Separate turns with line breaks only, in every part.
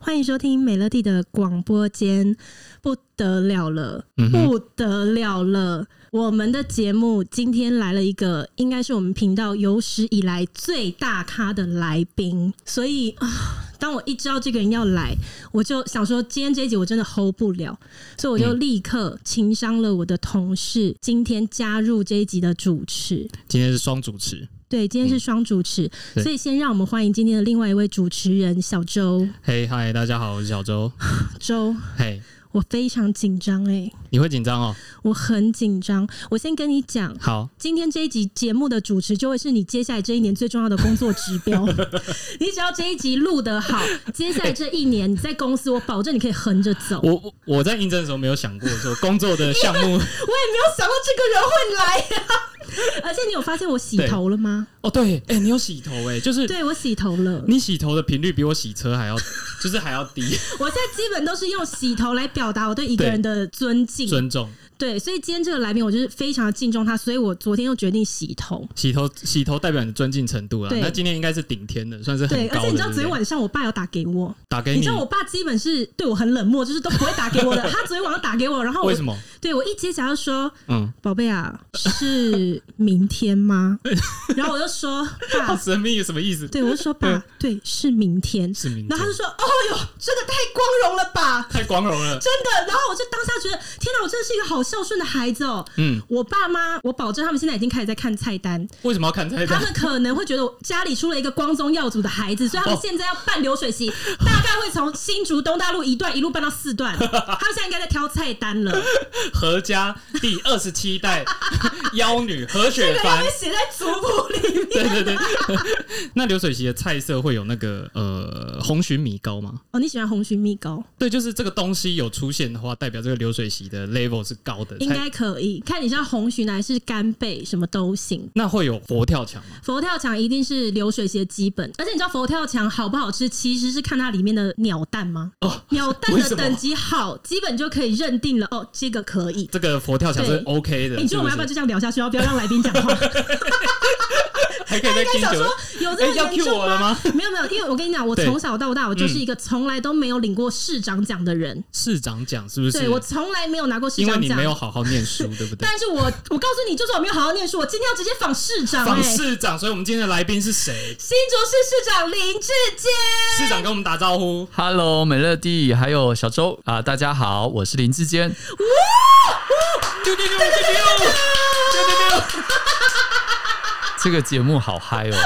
欢迎收听美乐蒂的广播间，不得了了，
嗯哼
不得了了！我们的节目今天来了一个，应该是我们频道有史以来最大咖的来宾，所以啊，当我一知道这个人要来，我就想说，今天这一集我真的 hold 不了，所以我就立刻情商了我的同事，今天加入这一集的主持。
今天是双主持。
对，今天是双主持，
嗯对
所以先让我们欢迎今天的另外一位主持人小周。
嘿，嗨，大家好，我是小周。
周，
嘿、
我非常紧张哎，
你会紧张哦？
我很紧张。我先跟你讲，
好，
今天这一集节目的主持就会是你接下来这一年最重要的工作指 标。你只要这一集录得好，接下来这一年你在公司，我保证你可以横着走。
我我我在应征的时候没有想过说工作的 项目。
我也没有想到这个人会来、啊，而且你有发现我洗头了吗？
哦，对，哎、你有洗头哎、就是
对我洗头了，
你洗头的频率比我洗车还要，就是还要 低。
我现在基本都是用洗头来表达我对一个
对
人的尊敬。
尊重
对，所以今天这个来宾我就是非常的敬重他，所以我昨天又决定洗头。
洗头，洗头代表你的尊敬程度啦
对。
那今天应该是顶天的，算是很
对，而
高
且
的。
你知道昨
对不对
天晚上我爸有打给我，
打给
你知道我爸基本是对我很冷漠，就是都不会打给 我的。他昨天晚上打给我，然后我
为什么？
对我一接起来就说
嗯，：“
宝贝啊，是明天 吗？”然后我就说：“
好
爸，
神秘，什么意思？
对我就说爸，对，是明天。”
是明天
然后他就说：“哦哟，真的太光荣了吧！”
太光荣了。
真的，然后我就当下觉得，天哪，我真的是一个好孝顺的孩子哦。
嗯，
我爸妈，我保证他们现在已经开始在看菜单，
为什么要看菜
他
单？
们可能会觉得我家里出了一个光宗耀祖的孩子，所以
哦
他们现在要办流水席，大概会从新竹东大路一段一路办到四段，他们现在应该在挑菜单 了，
何家第二十七代 妖女何
这
雪
个要
凡
被。写在族谱里面。
对对 对，那流水席的菜色会有那个呃红鲟米糕吗？
哦，你喜欢红鲟蜜糕，
对，就是这个东西有出现的话，代表这个流水席的 level 是高的。
应
才
该可以。看你是要红鲟还是干贝，什么都行。
那会有佛跳墙吗？
佛跳墙一定是流水席的基本，而且你知道佛跳墙好不好吃，其实是看它里面的鸟蛋吗？
哦，
鸟蛋
为
的
什么
等级好，基本就可以认定了哦，这个可以。
这个佛跳墙是
对
OK 的。
欸你觉得我们要不要
啊是
就这样聊下去？要不要让来宾讲话？
不是还可以再
他
听
想
久
说？有这么
哎要
严
cue
重
我了吗？
没有没有，因为我跟你讲，我
对嗯
从小到大我就是一个从来都没有领过市长奖的人，
市长奖是不是
对？我从来没有拿过市
因为
长
你没有
奖。
好好念书，对 不对？
但是我我告诉你，就是我没有好好念书，我今天要直接访市长哎、
访市长，所以我们今天的来宾是谁？
新竹市市长林志坚，
市长跟我们打招呼。
Hello，美乐蒂，还有小周啊、大家好，我是林志坚。
丢丢丢丢丢丢丢丢！
这个节目 好嗨哦，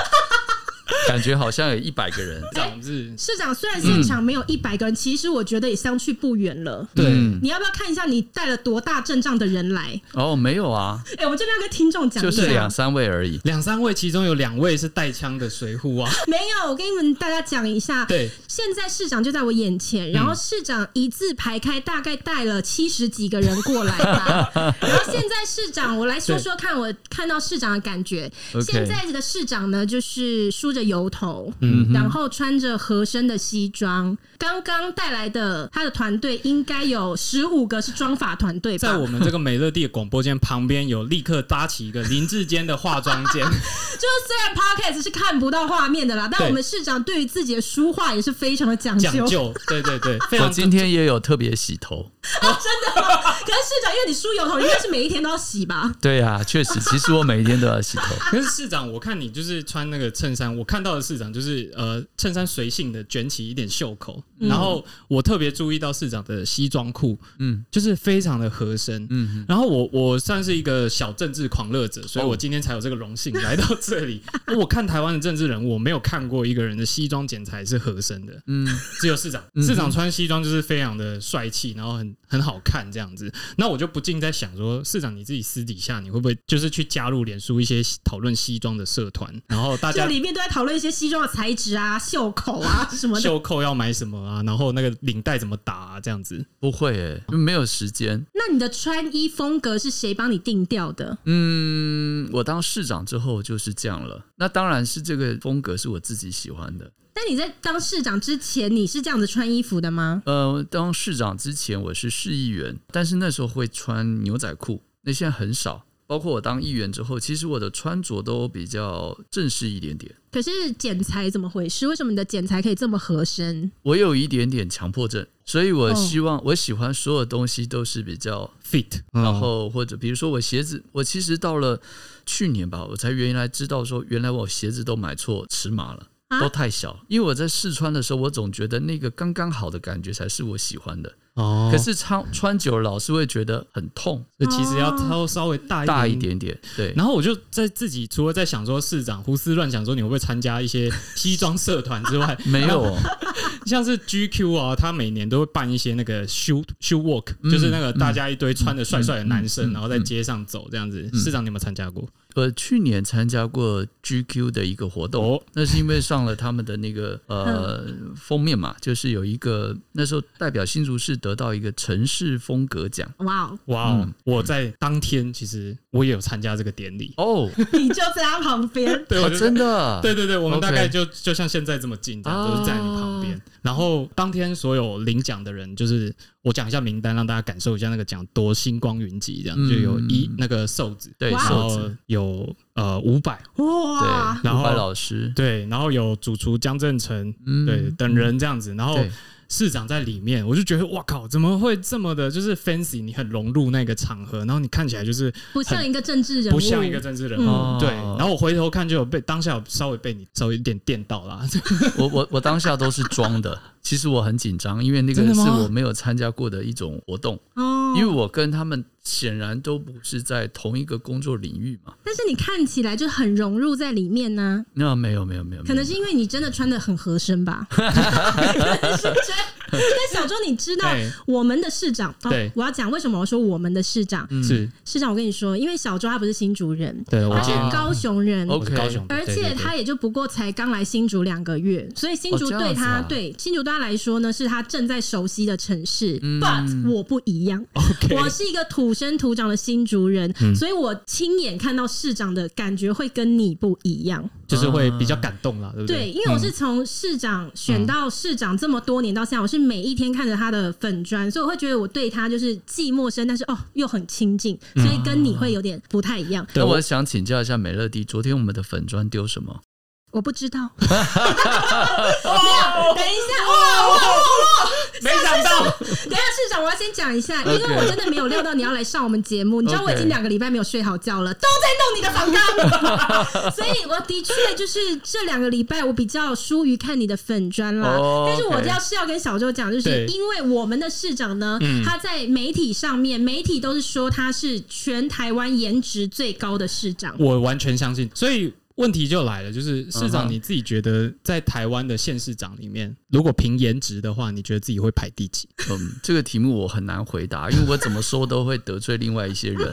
感觉好像有一百个人。
市长是
市长虽然现场没有一百个人，其实我觉得也相去不远了。
对，
你要不要看一下你带了多大阵仗的人来？
哦，没有啊，
哎、我们这边要跟听众讲一
啊
就是
下
两，三位而已。
两三位，其中有两位是带枪的随扈啊。
没有，我跟你们大家讲一下，
对，
现在市长就在我眼前，
嗯
然后市长一字排开，大概带了七十几个人过来 吧。然后现在市长，我来说说看我看到市长的感觉。
OK
现在的市长呢，就是梳着油头，
嗯
然后穿着合身的西装。刚刚带来的他的团队应该有十五个是妆发团队
在
吧
我？们这个美乐蒂的广播间旁边，有立刻搭起一个林志坚的化妆间，
就是虽然 podcast 是看不到画面的啦，但
对
我们市长对于自己的梳化也是非常的讲究。
讲 究，对对对，非
我
常
今天也有特别洗头。
可是市长，因为你梳油头，应该是每一天都要洗吧？
对啊，确 实，其实我每一天都要洗头。
可是市长，我看你就是穿那个衬衫，我看到的市长就是呃，衬衫随性的卷起一点袖口，然后我特别注意到市长的西装裤，嗯
嗯，
就是非常的合身，嗯。然后我我算是一个小政治狂热者，所
哦
以我今天才有这个荣幸来到这 里。我看台湾的政治人物，我没有看过一个人的西装剪裁是合身的，嗯，只有市长，市长穿西装就是非常的帅气，然后很很好看这样子。那我就不禁在想说，市长你自己私底下你会不会就是去加入脸书一些讨论西装的社团，然后大
就
家
里面都在讨论一些西装的材质啊、袖口 啊什么的。
袖扣要买什么啊，然后那个领带怎么打啊，这样子。
不会、欸，没有时间。
那你的穿衣风格是谁帮你定调的？
嗯，我当市长之后就是这样了。那当然是这个风格是我自己喜欢的。
但你在当市长之前，你是这样子穿衣服的吗？
呃，当市长之前我是市议员，但是那时候会穿牛仔裤，那现在很少。包括我当议员之后，其实我的穿着都比较正式一点点。
可是剪裁怎么回事？为什么你的剪裁可以这么合身？
我有一点点强迫症，所以我
哦
希望、我喜欢所有东西都是比较
fit，嗯
哦
然后或者比如说我鞋子，我其实到了去年吧，我才原来知道说，原来我鞋子都买错尺码了。
啊
都太小，因为我在试穿的时候，我总觉得那个刚刚好的感觉才是我喜欢的。
哦
可是穿穿久了，老是会觉得很痛，
就其实要稍稍微大
大一。点点。对，
然后我就在自己除了在想说市长胡思乱想说你会不会参加一些西装社团之外，
没有哦，
像是 GQ 啊，他每年都会办一些那个 shoe shoe walk，、
嗯
就是那个大家一堆穿的帅帅的男生，
嗯嗯嗯
然后在街上走这样子。
嗯
市长你有没有参加过？
我呃去年参加过 GQ 的一个活动，
哦嗯
那是因为上了他们的那个呃封面嘛，就是有一个那时候代表新竹市得到一个城市风格奖。
哇哦，
哇哦！
嗯
我在当天其实我也有参加这个典礼，，
哦，
你就在他旁边
对，我
哦
就
真的，
对对对，我们
OK
大概就就像现在这么近，这样
哦
就是在你旁边。然后当天所有领奖的人，就是我讲一下名单，让大家感受一下那个奖夺星光云集，这样
嗯
就有一那个瘦子，
对
哇哦
然
瘦
后
子，
有呃伍佰，
哇
对，
然后
伍佰老师，
对，然后有主厨江正成，
嗯
对，等人这样子，然后
对
市长在里面，我就觉得哇靠，怎么会这么的，就是 fancy，你很融入那个场合，然后你看起来就是
不像一个政治人物，
不像一个政治人物，哦
嗯
对。然后我回头看就有被当下有稍微被你稍微有点电到啦，
我我我当下都是装的，其实我很紧张，因为那个
真的
是
吗
我没有参加过的一种活动，
哦
因为我跟他们显然都不是在同一个工作领域嘛。
但是你看起来就很融入在里面呢、
那啊没有没有没有，没有
可能是因为你真的穿的很合身吧。 可能是这样但小周，你知道
对
我们的市长，哦
对
我要讲为什么我说我们的市长，
嗯 是
市长，我跟你说，因为小周他不是新竹人，
对，我
他
记
是
得
高雄人。
哦
我是高雄的，
而
对
且
对对
他也就不过才刚来新竹两个月，所以新
哦
竹
这样
对
子
他、
啊
对新竹对他来说呢，是他正在熟悉的城市。But
嗯
我不一样，
OK
我是一个土生土长的新竹人，
嗯
所以我亲眼看到市长的感觉会跟你不一样。
就是会比较感动啦，对不
对，因为我是从市长选到市长这么多年到现在，我是每一天看着他的粉砖，所以我会觉得我对他就是既陌生，但是哦又很亲近，所以跟你会有点不太一样。
那我想请教一下美乐蒂，昨天我们的粉砖丢什么？
我不知道，没有，等一下，哇哇哇！
没想到，
等一下市长，我要先讲一下，因
OK
为我真的没有料到你要来上我们节目，你知道
OK
我已经两个礼拜没有睡好觉了，都在弄你的访纲， 所以我的确就是这两个礼拜我比较疏于看你的粉砖啦。
哦
但是我
OK
要是要跟小周讲，就是
对
因为我们的市长呢，他在媒体上面，媒体都是说他是全台湾颜值最高的市长。
我完全相信。所以问题就来了，就是市
嗯
长
哼
你自己觉得在台湾的县市长里面，如果凭颜值的话，你觉得自己会排第几？
嗯，这个题目我很难回答，因为我怎么说都会得罪另外一些 人。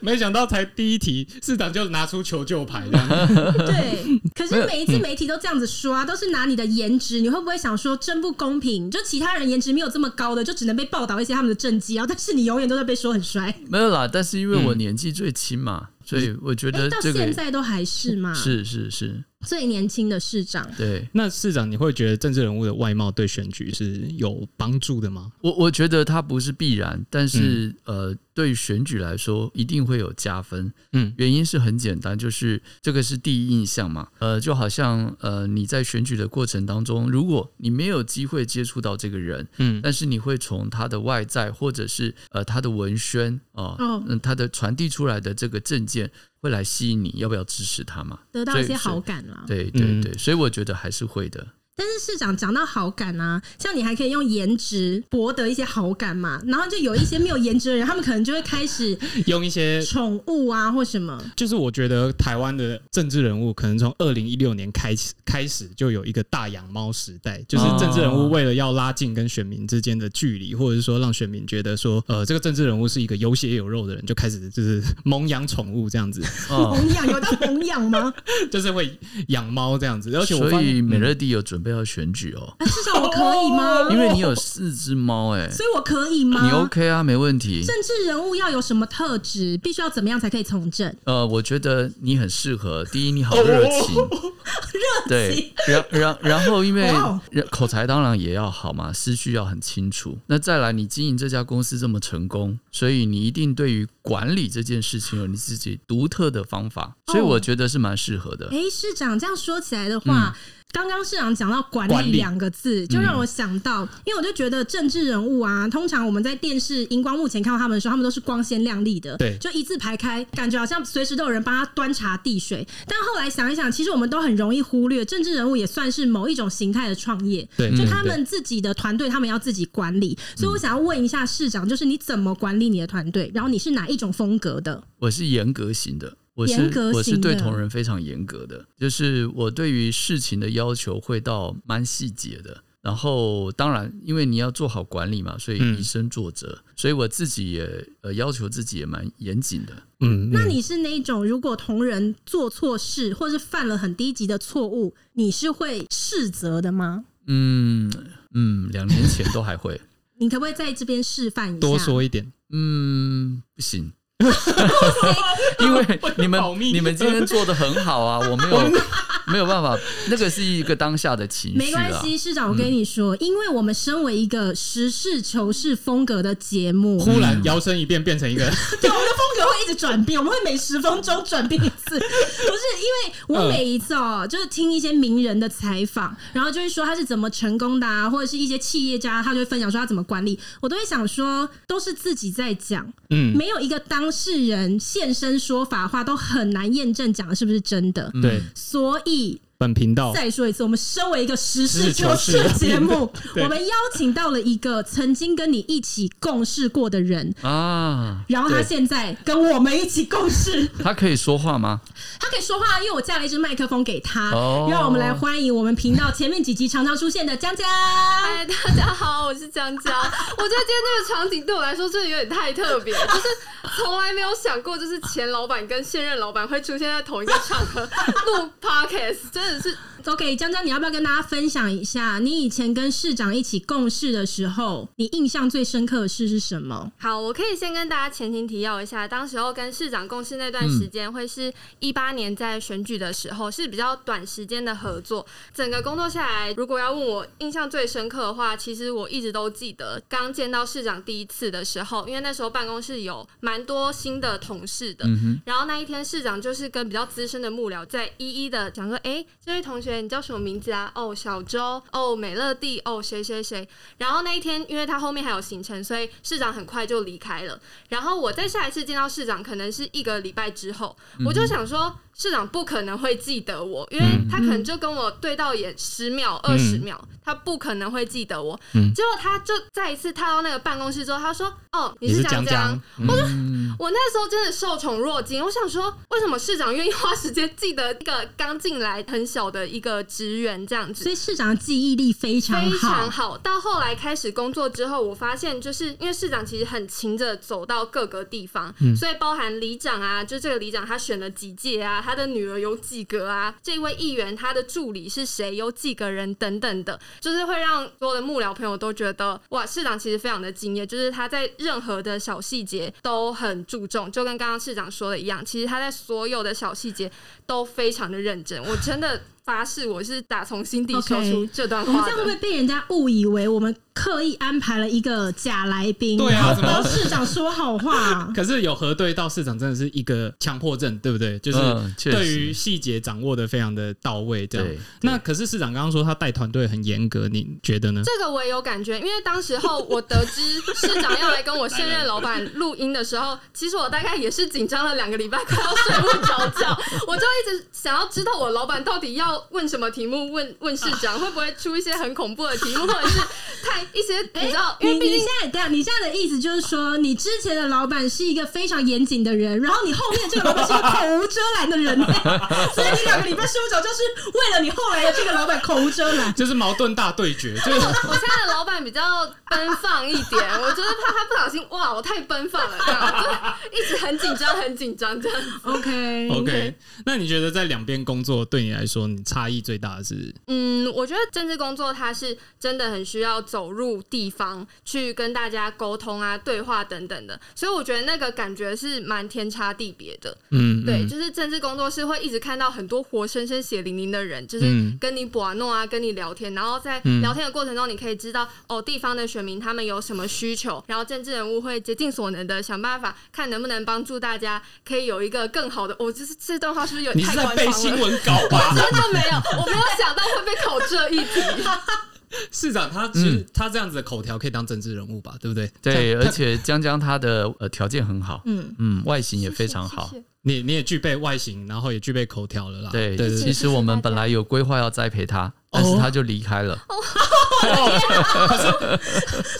没想到才第一题，市长就拿出求救牌了。
对， 可
没
是
有嗯
每一次媒体都这样子说啊，都是拿你的颜值，你会不会想说真不公平？就其他人颜值没有这么高的，就只能被报道一些他们的政绩啊，但是你永远都在被说很帅，
没有啦，但是因为我年纪最轻嘛，所以我觉
哎、
得
到
这个
现在都还是嘛，
是是是，
最年轻的市长。
对
那市长，你会觉得政治人物的外貌对选举是有帮助的吗？
我我觉得它不是必然，但是、
嗯
呃，对于选举来说一定会有加分。
嗯
原因是很简单，就是这个是第一印象嘛。呃，就好像呃你在选举的过程当中，如果你没有机会接触到这个人，
嗯，
但是你会从他的外在或者是呃他的文宣啊，
哦
嗯、他的传递出来的这个证件会来吸引你，要不要支持他嘛？
得到一些
所以
好感啦，
对对
嗯
对，所以我觉得还是会 的。
但是市长讲到好感啊，像你还可以用颜值博得一些好感嘛，然后就有一些没有颜值的人，他们可能就会开始
用一些。
宠物啊或什么，
就是我觉得台湾的政治人物可能从二零一六年开始开始就有一个大养猫时代，就是
哦
政治人物为了要拉近跟选民之间的距离，或者是说让选民觉得说，呃，这个政治人物是一个有血有肉的人，就开始就是萌养宠物这样子，
哦，
弘养有到弘养吗？
就是会养猫这样子。而且我
所
发现
以美
嗯
乐蒂有准备备要选举哦，
啊至少我可以吗？
因为你有四只猫哎，
所以我可以吗？
你 OK 啊，没问题。
政治人物要有什么特质？必须要怎么样才可以从政？
呃，我觉得你很适合。第一，你好热 情，热情。对，然然然后，因为
哇哦
人口才当然也要好嘛，思绪要很清楚。那再来，你经营这家公司这么成功，所以你一定对于管理这件事情有你自己独特的方法，所以
哦
我觉得是蛮适合的。
诶，市长这样说起来的话，刚刚市长讲到“管
嗯管理嗯
理”两个字，就让我想到，因为我就觉得政治人物啊，通常我们在电视荧光幕前看到他们的时候，他们都是光鲜亮丽的，
对
就一字排开，感觉好像随时都有人帮他端茶递水。但后来想一想，其实我们都很容易忽略，政治人物也算是某一种形态的创业，
对
就
嗯
他们自己的团队，他们要自己管理。所以我想要问一下市长，就是你怎么管理你的团队？然后你是哪一种风格的？
我是严格型的，我是
严格型的
我是对同仁非常严格的，就是我对于事情的要求会到蛮细节的。然后，当然，因为你要做好管理嘛，所以
嗯
以身作则，所以我自己也呃要求自己也蛮严谨的。
嗯，
那
嗯
你是那一种，如果同人做错事或是犯了很低级的错误，你是会斥责的吗？
嗯嗯，两年前都还会，
你可不可以在这边示范一下？
多说一啊点，
嗯，不行，因为你们
保密
你们今天做的很好啊，我没有没有办法，那个是一个当下的情绪
没关
啊。
系，市长，我跟你
嗯
说，因为我们身为一个实事求是风格的节目，
忽然摇身一变变成一个，
对，我们的风格会一直转变，我们会每十分钟转变一次。 不是因为我
嗯
每一次哦、就是听一些名人的采访，然后就会说他是怎么成功的啊，或者是一些企业家，他就会分享说他怎么管理，我都会想说，都是自己在讲，
嗯，
没有一个当事人现身说法的话，都很难验证讲的是不是真的。
嗯
对，
所以
本频道
再说一次，我们身为一个实事
实事
求
求
是
是
的节目，
对
我们邀请到了一个曾经跟你一起共事过的人，
啊，
然后他
对
现在跟我们一起共事，
他可以说话吗？
他可以说话，因为我架了一支麦克风给他。
哦
让我们来欢迎我们频道前面几集常常出现的江江。
嗨，哎大家好，我是江江。我觉得今天这个场景对我来说真的有点太特别，就是从来没有想过，就是前老板跟现任老板会出现在同一个场合录 podcast，真的是
OK，江江，你要不要跟大家分享一下，你以前跟市长一起共事的时候，你印象最深刻的事是什么？
好。我可以先跟大家前情提要一下，当时候跟市长共事那段时间，会是一八年在选举的时候，是比较短时间的合作。整个工作下来，如果要问我印象最深刻的话，其实我一直都记得刚见到市长第一次的时候，因为那时候办公室有蛮多新的同事的，
嗯哼。
然后那一天市长就是跟比较资深的幕僚在一一的讲说，哎，这位同学你叫什么名字啊？哦，小周，哦，美乐蒂，哦，谁谁谁。然后那一天，因为他后面还有行程，所以市长很快就离开了。然后我在下一次见到市长，可能是一个礼拜之后，我就想说，市长不可能会记得我，因为他可能就跟我对到眼十秒、二十秒，他不可能会记得我。
嗯
结果他就再一次踏到那个办公室之后，他说：“哦，你
你
是
是嗯江
江江。”
江，我就
嗯
我那时候真的受宠若惊，我想说，为什么市长愿意花时间记得一个刚进来很小的一个职员这样子？
所以市长的记忆力非常
非
好，
常好。到后来开始工作之后，我发现就是因为市长其实很勤着走到各个地方，
嗯
所以包含里长啊，就这个里长他选了几届啊，他的女儿有几个啊，这位议员他的助理是谁，有几个人等等的，就是会让所有的幕僚朋友都觉得哇，市长其实非常的敬业，就是他在任何的小细节都很注重，就跟刚刚市长说的一样，其实他在所有的小细节都非常的认真，我真的。发誓，我是打从心底说
OK
出这段
我们
话的。
这样会不会被人家误以为我们刻意安排了一个假来宾？
对啊怎么。
帮市长说好话
可是有核对到市长真的是一个强迫症，对不对？就
嗯
是
确实
对于细节掌握的非常的到位，这
对
样。那可是市长刚刚说他带团队很严格，你觉得呢？
这个我也有感觉，因为当时候我得知市长要来跟我现任老板录音的时候，其实我大概也是紧张了两个礼拜，快要睡不着觉，我就一直想要知道我老板到底要问什么题目，问问市长会不会出一些很恐怖的题目，或者是太一些你 知道，因
你
为毕
你
竟
现在这样，你现在的意思就是说，你之前的老板是一个非常严谨的人，然后你后面这个老板是一个口无遮拦的人，所以你两个礼拜睡不着，就是为了你后来的这个老板口无遮拦。
就是矛盾大对决，就是
我现在的老板比较奔放一点，我就是怕他不小心哇，我太奔放了，这样就是一直很紧张，很紧张这样。
OK
OK，那你觉得在两边工作对你来说，你差异最大的是？
嗯，我觉得政治工作它是真的很需要走入地方去跟大家沟通啊、对话等等的，所以我觉得那个感觉是蛮天差地别的。
嗯，
对，
嗯
就是政治工作室会一直看到很多活生生、血淋淋的人，就是
嗯
跟你把弄啊，跟你聊天，然后在
嗯
聊天的过程中，你可以知道哦，地方的选民他们有什么需求，然后政治人物会竭尽所能的想办法，看能不能帮助大家可以有一个更好的。我、就是这段话是不是有
你
点
是
太
在
官
背
方
新
了？
闻稿 吧？
真 的没 有，我没有想到会被考这一题。
市长他其实他这样子的口条可以当政治人物吧，对不对？
嗯对，
这样
而且江江他的呃条件很好，
嗯，
嗯，外形也非常好
谢。谢
你你也具备外形，然后也具备口条了啦。
对
对对
其实我们本来有规划要栽培
哦
他，但是他就离开了。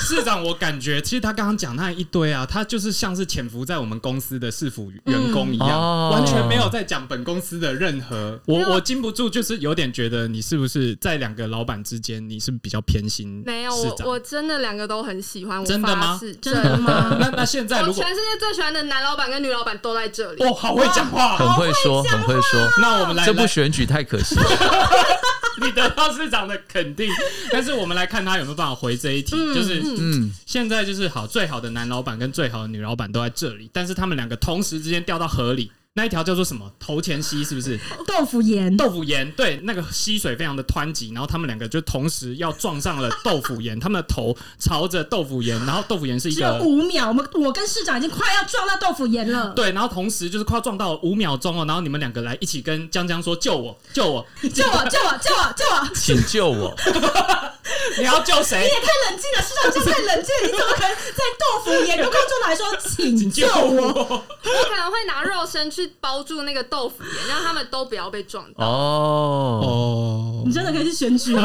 市长，我感觉其实他刚刚讲那一堆啊，他就是像是潜伏在我们公司的市府员工一样，
嗯哦啊
完全没有在讲本公司的任何。
没有
我我禁不住就是有点觉得你是不是在两个老板之间，你是不是比较偏心
没有，
市
我
长？
我真的两个都很喜欢，我
真的
发
吗
誓，
真的吗？
那那现在
我
如果
全世界最喜欢的男老板跟女老板都在这里。
哦，好会讲话
很
哦，
会说，
啊
很会说。
那我们来
这不
来
选举太可惜了。
你得到市长的肯定，但是我们来看他有没有办法回这一题，就是
嗯，
现在就是好最好的男老板跟最好的女老板都在这里，但是他们两个同时之间掉到河里，那一条叫做什么头前溪是不是？
豆腐盐，
豆腐岩对，那个溪水非常的湍急，然后他们两个就同时要撞上了豆腐岩，他们的头朝着豆腐岩，然后豆腐岩是一
只有
个。
五秒，我们我跟市长已经快要撞到豆腐盐了。
对，然后同时就是快要撞到五秒钟哦，然后你们两个来一起跟江江说救我，救我，
救我！救我！救我！救我！
请救我！
你要救谁？
你也太冷静了，市长就太冷静了，你怎么可能在豆腐眼跟观众来说，请救我？
我！
我可能会拿肉身去包住那个豆腐眼，让他们都不要被撞到。
哦，
哦
你，真的可以去选举吗？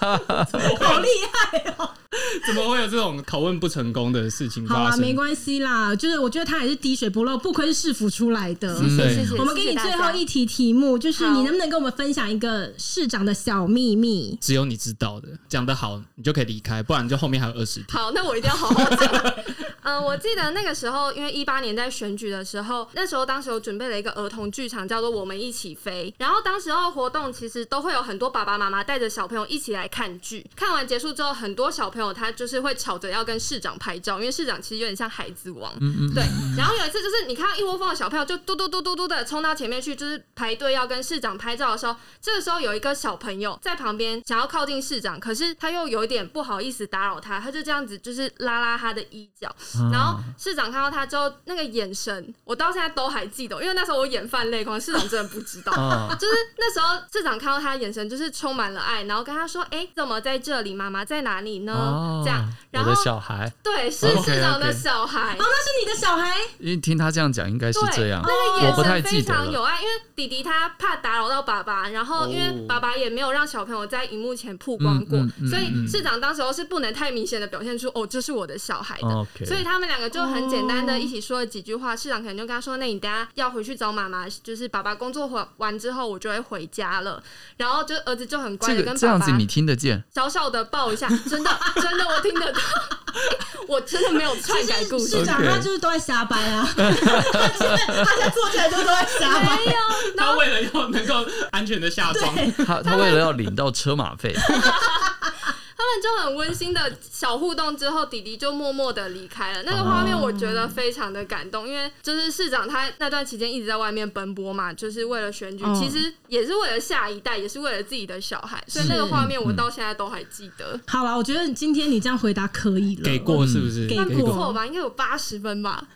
好厉害哦！
怎么会有这种拷问不成功的事情
好
发
啊，
生？
没关系啦，就是我觉得他也是滴水不漏，不愧是市府出来的。
嗯对
谢谢，
我们给
谢
你
谢大
最
家
后一题题目，就是
好
你能不能跟我们分享一个市长的小秘密？
只有你知道的，讲得好，你就可以离开，不然你就后面还有二十题。
好，那我一定要好好讲。 呃，我记得那个时候，因为一八年在选举的时候，那时候当时有准备了一个儿童剧场，叫做《我们一起飞》。然后当时候活动其实都会有很多爸爸妈妈带着小朋友一起来看剧。看完结束之后，很多小朋友他就是会吵着要跟市长拍照，因为市长其实有点像海之王。对。然后有一次就是你看到一窝蜂的小朋友就嘟嘟嘟嘟嘟的冲到前面去，就是排队要跟市长拍照的时候，这个时候有一个小朋友在旁边想要靠近市长，可是他又有一点不好意思打扰他，他就这样子就是拉拉他的衣角，
嗯
然后市长看到他之后那个眼神，我到现在都还记得，因为那时候我眼泛泪光，市长真的不知 道。
啊，
就是那时候，市长看到他的眼神就是充满了爱，然后跟他说：“哎、怎么在这里？妈妈在哪里呢？”
哦
这样，
我
然后
的小哦孩，
对，是
OK，OK
市长的小孩。
哦，那是你的小孩，
因为听他这样讲，应该是
对，哦
这样。
哦
那个
我不太
眼神
记
非
得了
常有爱，因为弟弟他怕打扰到爸爸，然后因为爸爸也没有让小朋友在荧幕前曝光过，
哦嗯嗯嗯
所以市长当时候是不能太明显的表现出哦，这是我的小孩的。
哦 OK
所以他们两个就很简单
哦
的一起说了几句话，市长可能就跟他说：“那你等下要回去找妈妈，就是爸爸工作完完之后，我就会回家了。”然后就儿子就很乖
这
的
个
跟
这
爸
样
爸
子你听得见？
小小的抱一下，真的真的我听得到， 欸我真的没有篡改故
其实
事
市。长
OK
他就是都在瞎掰啊， 他现在他现在坐起来就都在瞎掰。
没有，然
他
后
为了要能够安全的下 庄，
他他为了要领到车马费，
他们就很温馨的小互动之后，弟弟就默默的离开了。那个画面我觉得非常的感动，因为就是市长他那段期间一直在外面奔波嘛，就是为了选举，
嗯
其实也是为了下一代，也是为了自己的小孩，所以那个画面我到现在都还记得。
好了，我觉得今天你这样回答可以了，
给过是不是？
给
那
嗯
不错吧，应该有八十分吧。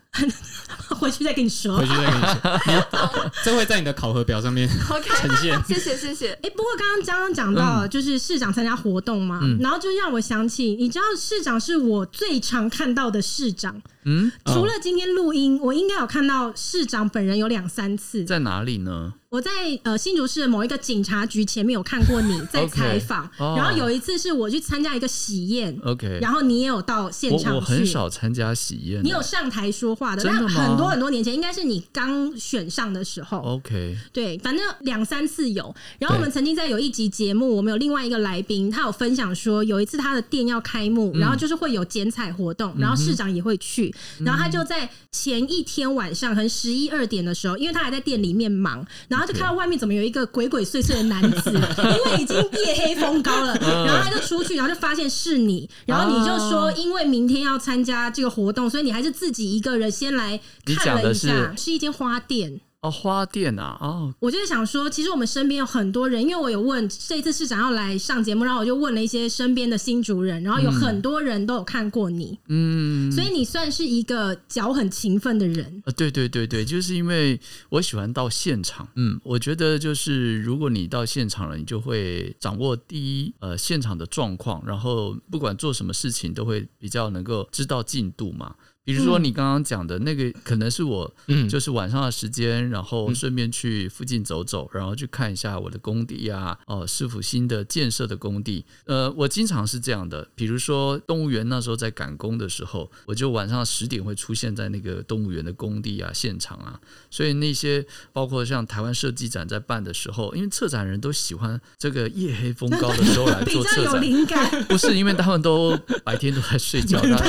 回去再跟你说
回。去再跟你说，这会在你的考核表上面
OK，
呈现。
谢谢谢谢。
哎、不过刚刚刚刚讲
嗯
到，就是市长参加活动嘛，然后就让我想起，你知道市长是我最常看到的市长，
嗯，
除了今天录音，我应该有看到市长本人有两三次。
在哪里呢？
我在呃新竹市的某一个警察局前面有看过 你在采访
OK，哦
然后有一次是我去参加一个喜宴
OK
然后你也有到现
我
场
我
去
很少参加喜宴。啊
你有上台说话的，
真的
那
吗
很多很多年前，应该是你刚选上的时候。
OK？
对，反正两三次有。然后我们
对
曾经在有一集节目，我们有另外一个来宾，他有分享说，有一次他的店要开幕，
嗯
然后就是会有剪彩活动，然后市长也会去，然后他就在前一天晚上，可能十一二点的时候，因为他还在店里面忙，然后就看到外面怎么有一个鬼鬼祟祟的男子， 因为已经夜黑风高了，
嗯
然后他就出去，然后就发现是你，然后你就说，
啊
因为明天要参加这个活动，所以你还是自己一个人先来
你
看
讲
了
的
一下，
是
是一间花店。
哦，花店啊，哦，
我就是想说，其实我们身边有很多人，因为我有问这一次市长要来上节目，然后我就问了一些身边的新竹人，然后有很多人都有看过你，
嗯，
所以你算是一个脚很勤奋的人。
啊，对对对对，就是因为我喜欢到现场。嗯，我觉得就是如果你到现场了，你就会掌握第一呃现场的状况，然后不管做什么事情都会比较能够知道进度嘛。比如说你刚刚讲的那个，可能是我
嗯，
就是晚上的时间，然
嗯
后顺便去附近走走，然后去看一下我的工地啊，哦、是否新的建设的工地。呃，我经常是这样的，比如说动物园那时候在赶工的时候，我就晚上十点会出现在那个动物园的工地啊现场啊，所以那些包括像台湾设计展在办的时候，因为策展人都喜欢这个夜黑风高的时候来
比
做
较
策
有
展，
灵感，
不是因为他们都白天都在睡 觉，然后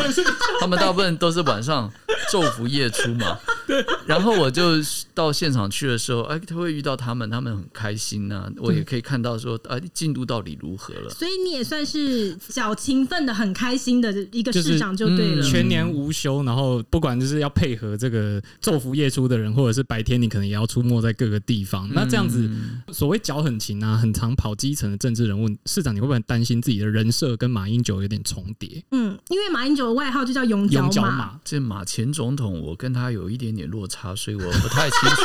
他们大部分都是晚上昼伏夜出嘛。然后我就到现场去的时候，哎，他会遇到他们，他们很开心呐、我也可以看到说，哎，进度到底如何了。
所以你也算是脚勤奋的、很开心的一个市长就对了。
嗯
全年无休，然后不管就是要配合这个昼伏夜出的人，或者是白天你可能也要出没在各个地方。那这样子，
嗯
所谓脚很勤啊，很常跑基层的政治人物，市长你会不会很担心自己的人设跟马英九有点重叠？
嗯，因为马英九的外号就叫勇
用
脚
脚
马，
马，
这马前总统，我跟他有一点点落差，所以我不太清楚。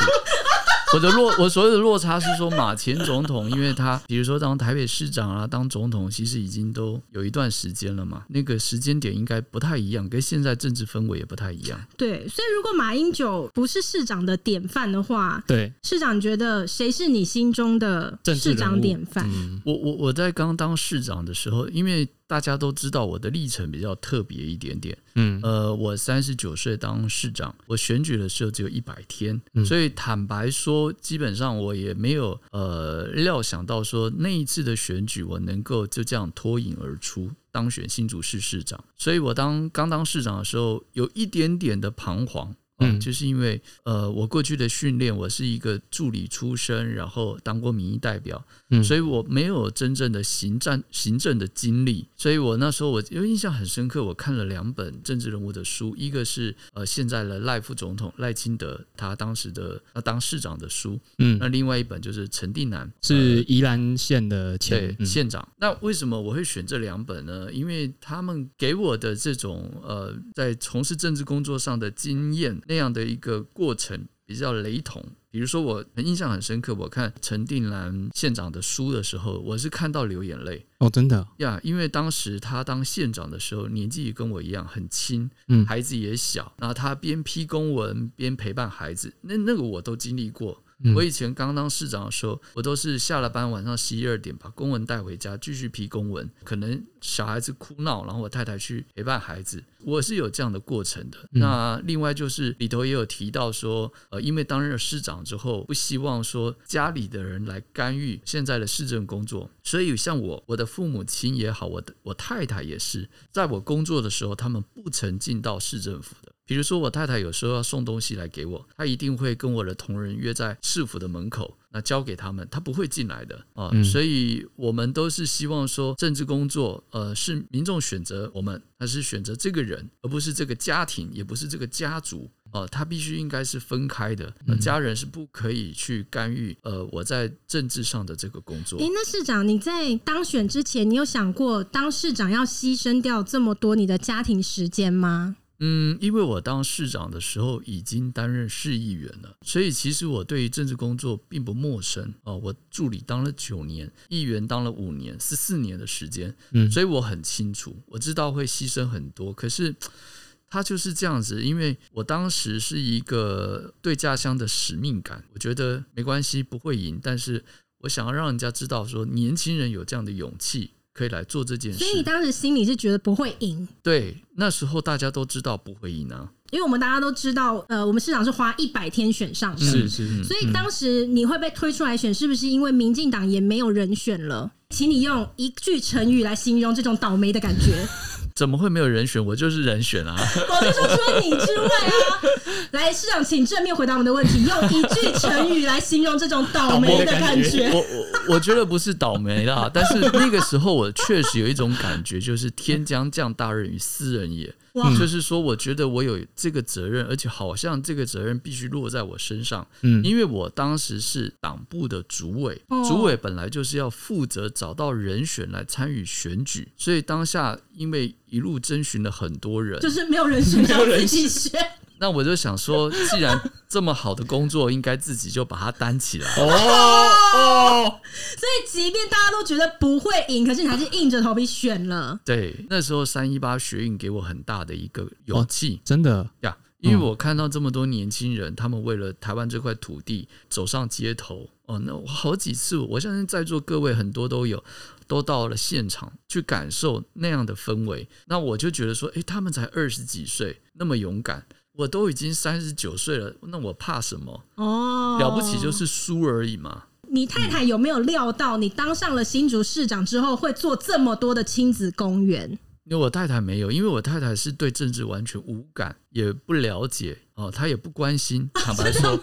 我的落，我所谓的落差是说马前总统，因为他比如说当台北市长啊，当总统，其实已经都有一段时间了嘛，那个时间点应该不太一样，跟现在政治氛围也不太一样。
对，所以如果马英九不是市长的典范的话，
对，
市长觉得谁是你心中的
政治
市
人
长
物
典范？
嗯，
我我我在刚当市长的时候，因为大家都知道我的历程比较特别一点点。
嗯
呃，我三十九岁当市长，我选举的时候只有一百天，
嗯
所以坦白说，基本上我也没有呃料想到说那一次的选举我能够就这样脱颖而出。当选新竹市市长，所以我当刚当市长的时候，有一点点的彷徨，
嗯
嗯，就是因为呃，我过去的训练，我是一个助理出身，然后当过民意代表，
嗯
所以我没有真正的行政行政的经历，所以我那时候我因为印象很深刻，我看了两本政治人物的书，一个是呃现在的赖副总统赖清德他当时的他当市长的书，
嗯，
那另外一本就是陈定南
是宜兰县的前
对，
嗯
县长。那为什么我会选这两本呢？因为他们给我的这种呃，在从事政治工作上的经验那样的一个过程比较雷同。比如说，我很印象很深刻，我看陈定南县长的书的时候，我是看到流眼泪。
哦，真的，
呀因为当时他当县长的时候，年纪跟我一样很轻，
嗯
孩子也小，然后他边批公文边陪伴孩子，那那个我都经历过。
嗯
我以前刚当市长的时候，我都是下了班晚上十一二点把公文带回家，继续批公文。可能小孩子哭闹，然后我太太去陪伴孩子，我是有这样的过程的。那另外就是里头也有提到说，呃，因为当任市长之后，不希望说家里的人来干预现在的市政工作，所以像我，我的父母亲也好，我的我太太也是，在我工作的时候，他们不曾进到市政府的。比如说，我太太有时候要送东西来给我，她一定会跟我的同仁约在市府的门口，那交给他们，她不会进来的啊。
嗯
所以，我们都是希望说，政治工作，呃，是民众选择呃我们，他是选择这个人，而不是这个家庭，也不是这个家族。呃，他必须应该是分开的，呃家人是不可以去干预呃我在政治上的这个工作
诶，。那市长，你在当选之前，你有想过当市长要牺牲掉这么多你的家庭时间吗？
嗯，因为我当市长的时候已经担任市议员了，所以其实我对于政治工作并不陌生哦、我助理当了九年，议员当了五年，十四年的时间，
嗯
所以我很清楚，我知道会牺牲很多，可是。他就是这样子，因为我当时是一个对家乡的使命感，我觉得没关系，不会赢，但是我想要让人家知道说，年轻人有这样的勇气可以来做这件事
所。以你当时心里是觉得不会赢，
对，那时候大家都知道不会赢啊，
因为我们大家都知道，呃，我们市长是花一百天选上的，
嗯是是，
所以当时你会被推出来选，是不是因为民进党也没有人选了？请你用一句成语来形容这种倒霉的感 觉。
怎么会没有人选？我就是人选啊！
我就说除了你之外啊，来市长，请正面回答我们的问题，用一句成语来形容这种 倒霉的感觉。
我我我觉得不是倒霉啦，但是那个时候我确实有一种感觉，就是天将降大任于斯人也。嗯
哇
就是说，我觉得我有这个责任，而且好像这个责任必须落在我身上，
嗯
因为我当时是党部的主委
哦，
主委本来就是要负责找到人选来参与选举，所以当下因为一路征询了很多人，
就是没有人选，
没有人
自己选。
那我就想说，既然这么好的工作，应该自己就把它担起 来。
哦哦，
所以，即便大家都觉得不会赢，可是你还是硬着头皮选了。
对，那时候三一八学运给我很大的一个勇气
哦真的，
呀，因为我看到这么多年轻人，他们为了台湾这块土地走上街头。哦，那我好几次，我相信在座各位很多都有，都到了现场去感受那样的氛围。那我就觉得说，诶，他们才二十几岁，那么勇敢，我都已经三十九岁了，那我怕什么？
哦，
了不起就是输而已嘛。
你太太有没有料到你当上了新竹市长之后会做这么多的亲子公园？
因为我太太没有，因为我太太是对政治完全无感，也不了解哦，她也不关心。坦白说，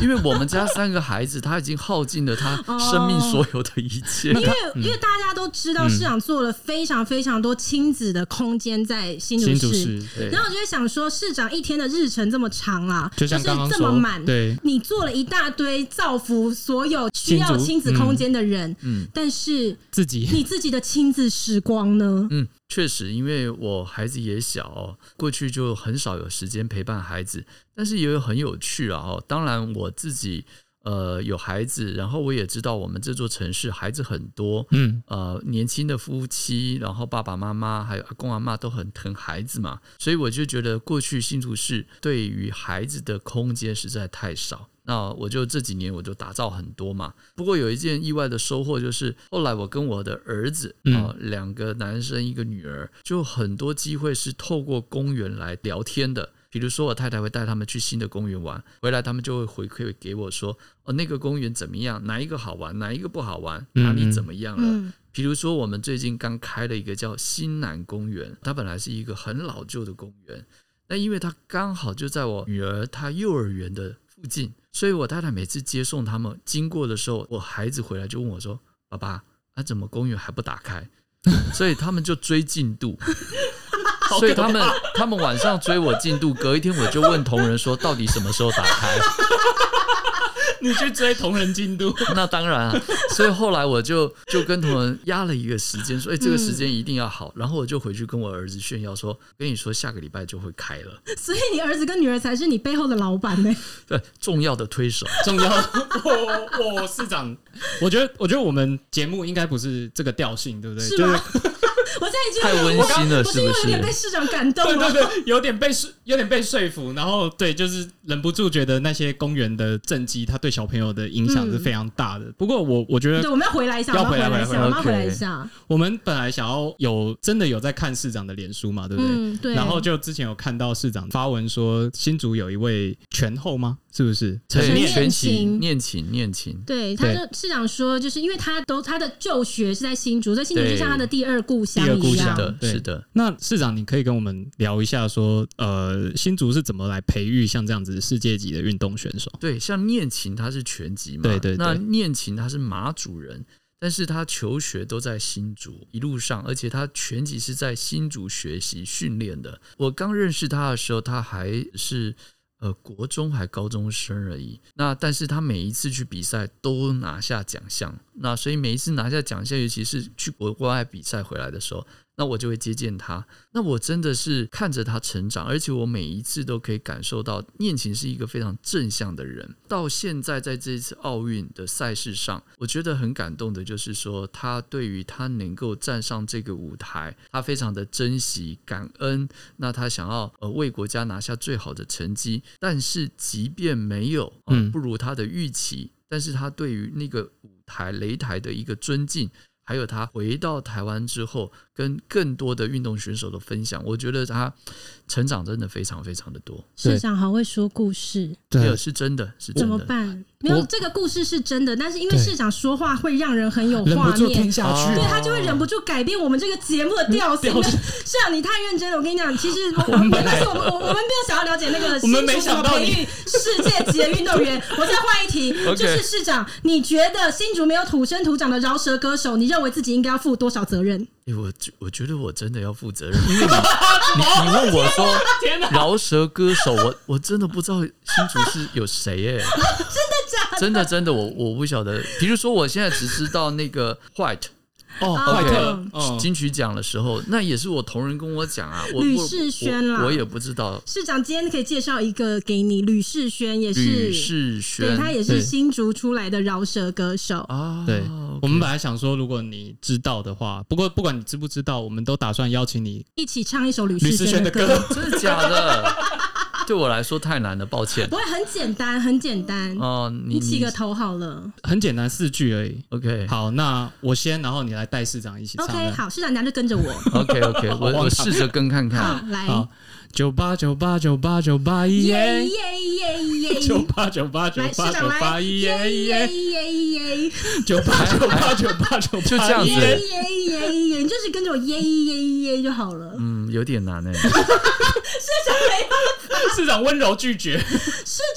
因为我们家三个孩子，她已经耗尽了她生命所有的一切。
因为、
嗯
因为大家都知道市长做了非常非常多亲子的空间在新竹
新
市，
竹市，
对
然后我就会想说，市长一天的日程这么长啦，
就是像刚刚
这么
说
满，
对
你做了一大堆造福所有需要
新竹
亲子空间的人，
嗯嗯
但是
自己
你自己的亲子时光呢？
嗯，确实，因为我孩子也小、哦，过去就很少有时间陪伴孩子，但是也有很有趣啊、哦。当然，我自己呃有孩子，然后我也知道我们这座城市孩子很多，
嗯
呃年轻的夫妻，然后爸爸妈妈还有阿公阿妈都很疼孩子嘛，所以我就觉得过去新竹市对于孩子的空间实在太少。那我就这几年我就打造很多嘛，不过有一件意外的收获就是，后来我跟我的儿子
嗯
啊、两个男生一个女儿，就很多机会是透过公园来聊天的。比如说，我太太会带他们去新的公园玩，回来他们就会回馈给我说：“哦，那个公园怎么样？哪一个好玩？哪一个不好玩？哪里怎么样了？”
嗯，
比如说，我们最近刚开了一个叫新南公园，它本来是一个很老旧的公园，那因为它刚好就在我女儿她幼儿园的附近，所以我太太每次接送他们经过的时候，我孩子回来就问我说：“爸爸，啊，怎么公园还不打开？” 所以他们就追进度。所以他们他们晚上追我进度，隔一天我就问同仁说，到底什么时候打开？
你去追同人进度，
那当然啊，所以后来我就就跟同仁压了一个时间，说：“哎、这个时间一定要好。然后我就回去跟我儿子炫耀说：“跟你说，下个礼拜就会开了。
所以你儿子跟女儿才是你背后的老板呢、”
对，重要的推手。
重要。我我市长，我觉得我觉得我们节目应该不是这个调性，对不对？
是
就
吗
是？
我现在已经
太温馨了
我是因为有
是不是
点被市长感动啊
对
了
对。对，有点被说，有点被说服，然后对，就是忍不住觉得那些公园的政绩，它对小朋友的影
嗯
响是非常大的。不过我我觉
对
得
我们要回来一下，我
要
们
回来
要回来一
回
下，我
来
们要回来一
OK
下。
我们本来想要有真的有在看市长的脸书嘛，对不对？
嗯，对。
然后就之前有看到市长发文说，新竹有一位全后吗？是不是陈
陈
念？
念
全
琴
勤，念琴，念琴。
对，他
对
就市长说，就是因为他都他的就学是在新竹，所以新竹就
对
像他的第二故乡
第二故
一
乡
样。
的，
对
是的。
那市长，你可以跟我们聊一下说，呃，新竹是怎么来培育像这样子世界级的运动选手？
对，像念琴他是全集嘛，
对对对
那念琴他是马主人，但是他求学都在新竹一路上，而且他全集是在新竹学习训练的。我刚认识他的时候，他还是。呃，国中还高中生而已。那但是他每一次去比赛都拿下奖项，那所以每一次拿下奖项，尤其是去国外比赛回来的时候，那我就会接见他。那我真的是看着他成长，而且我每一次都可以感受到念琴是一个非常正向的人。到现在，在这一次奥运的赛事上，我觉得很感动的就是说，他对于他能够站上这个舞台，他非常的珍惜、感恩。那他想要呃为国家拿下最好的成绩，但是即便没有，呃
嗯
不如他的预期，但是他对于那个舞台擂台的一个尊敬。还有他回到台湾之后，跟更多的运动选手的分享，我觉得他成长真的非常非常的多，
对
市长好会说故事，
没有
对，
是真的，是真
怎么
的。
办？没有
我
这个故事是真的，但是因为
对
市长说话会让人很有
忍不
画
住听
面。
下去，
对他就会忍不住改变我们这个节目的调性。
嗯调性
是啊，你太认真了。我跟你讲，其 实我们没关系，我们我我们没有想要了解那个
我们没
新竹
想
怎么
到
培
你
育世界级的运动 员。我再换一题，
OK
就是市长，你觉得新竹没有土生土长的饶舌歌手，你认为自己应该要负多少责任？
欸、我觉我觉得我真的要负责任，因为你你你问我 说
天哪，
饶舌歌手，我我真的不知道新竹是有 谁耶、真的真的，我我不晓得。比如说，我现在只知道那个 White
哦，
啊
坏特
OK，
哦
金曲奖的时候，那也是我同仁跟我讲啊，我
吕
我
世轩啦
我，我也不知道
市长今天可以介绍一个给你，吕世轩也
吕
是，
世
对
轩
他也
对
是新竹出来的饶舌歌手。
啊，
对
OK
哦
我们本来想说，如果你知道的话，不过不管你知不知道，我们都打算邀请你
一起唱一首吕
吕
世
思轩
轩
的
的歌。
歌。
真的假的？对我来说太难了，抱 歉
不。会很简单，很简单。
哦，你
你起个头好了。
很简单，四句而已。
OK，
好，那我先，然后你来带市长一起唱。
OK，好，市长娘就跟着我。
，OK OK，
我
我
忘
我
了
试着跟看
好
看。，
来，
好，九八九八九八九八一
耶
耶，
耶耶耶！
九八九八九
来，市
八
长
九八
来，
一
耶
耶耶
耶，耶耶
九八九八九八九八
就这样子
耶耶耶耶！你就是跟着我耶耶耶就好了。
嗯，有点难哎、
市长温柔拒 绝。
市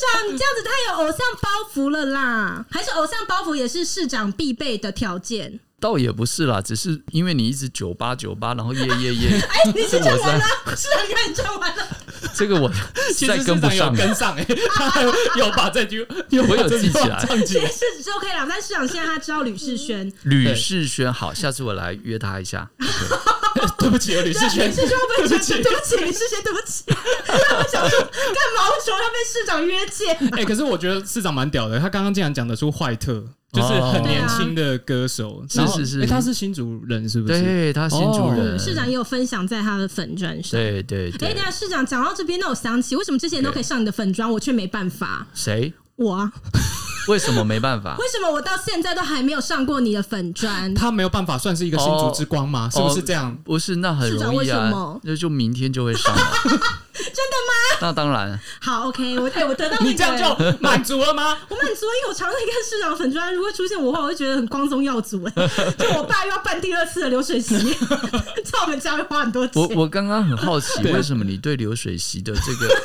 长，你这样子太有偶像包袱了啦！还是偶像包袱也是市长必备的条 件？
倒也不是啦，只是因为你一直九八九八，然后耶耶耶，
哎，你是
这
唱
我
完
在
了，市长你看唱 完了。
这个我
其实
再
市
跟不
长有
上。
跟上哎， 他还有把这句有
我有
把这句
记起来
话唱起
其
来。
实是 OK 啦，但市长现在他知道吕世轩，
吕
对
世轩，好，下次我来约他一下。
对不起， 吕思轩，
是说被
对不起
对。不起，你是谁？对不起， 我想说干嘛？我说要被市长约见，
哎，可是我觉得市长蛮屌的，他刚刚竟然讲得出坏特。就是很年轻的歌手，
是
然后
哦啊是是
哎他是新竹人是不是？
对他新主人，
哦
嗯市长也有分享在他的粉砖上。
对对
哎、等
对
一，下市长讲到这边，那我想起为什么这些人都可以上你的粉砖，我却没办法。
谁？
我 啊，
为什么没办法？
为什么我到现在都还没有上过你的粉 砖？
他没有办法算是一个新竹之光
哦
吗？是不是这样？
不是，那很
市长
容
为
易
什
啊
么，
那就明天就会上了。真的吗？那当然，
好，OK，我哎、我得到、那个
你这样就满足了吗？
我满足了，因为我常常在看市长的粉砖，如果出现我的话，我会觉得很光宗耀祖、哎， 就我爸又要办第二次的流水席， 在我们家会花很多钱。
我我刚刚很好奇，为什么你对流水席的这个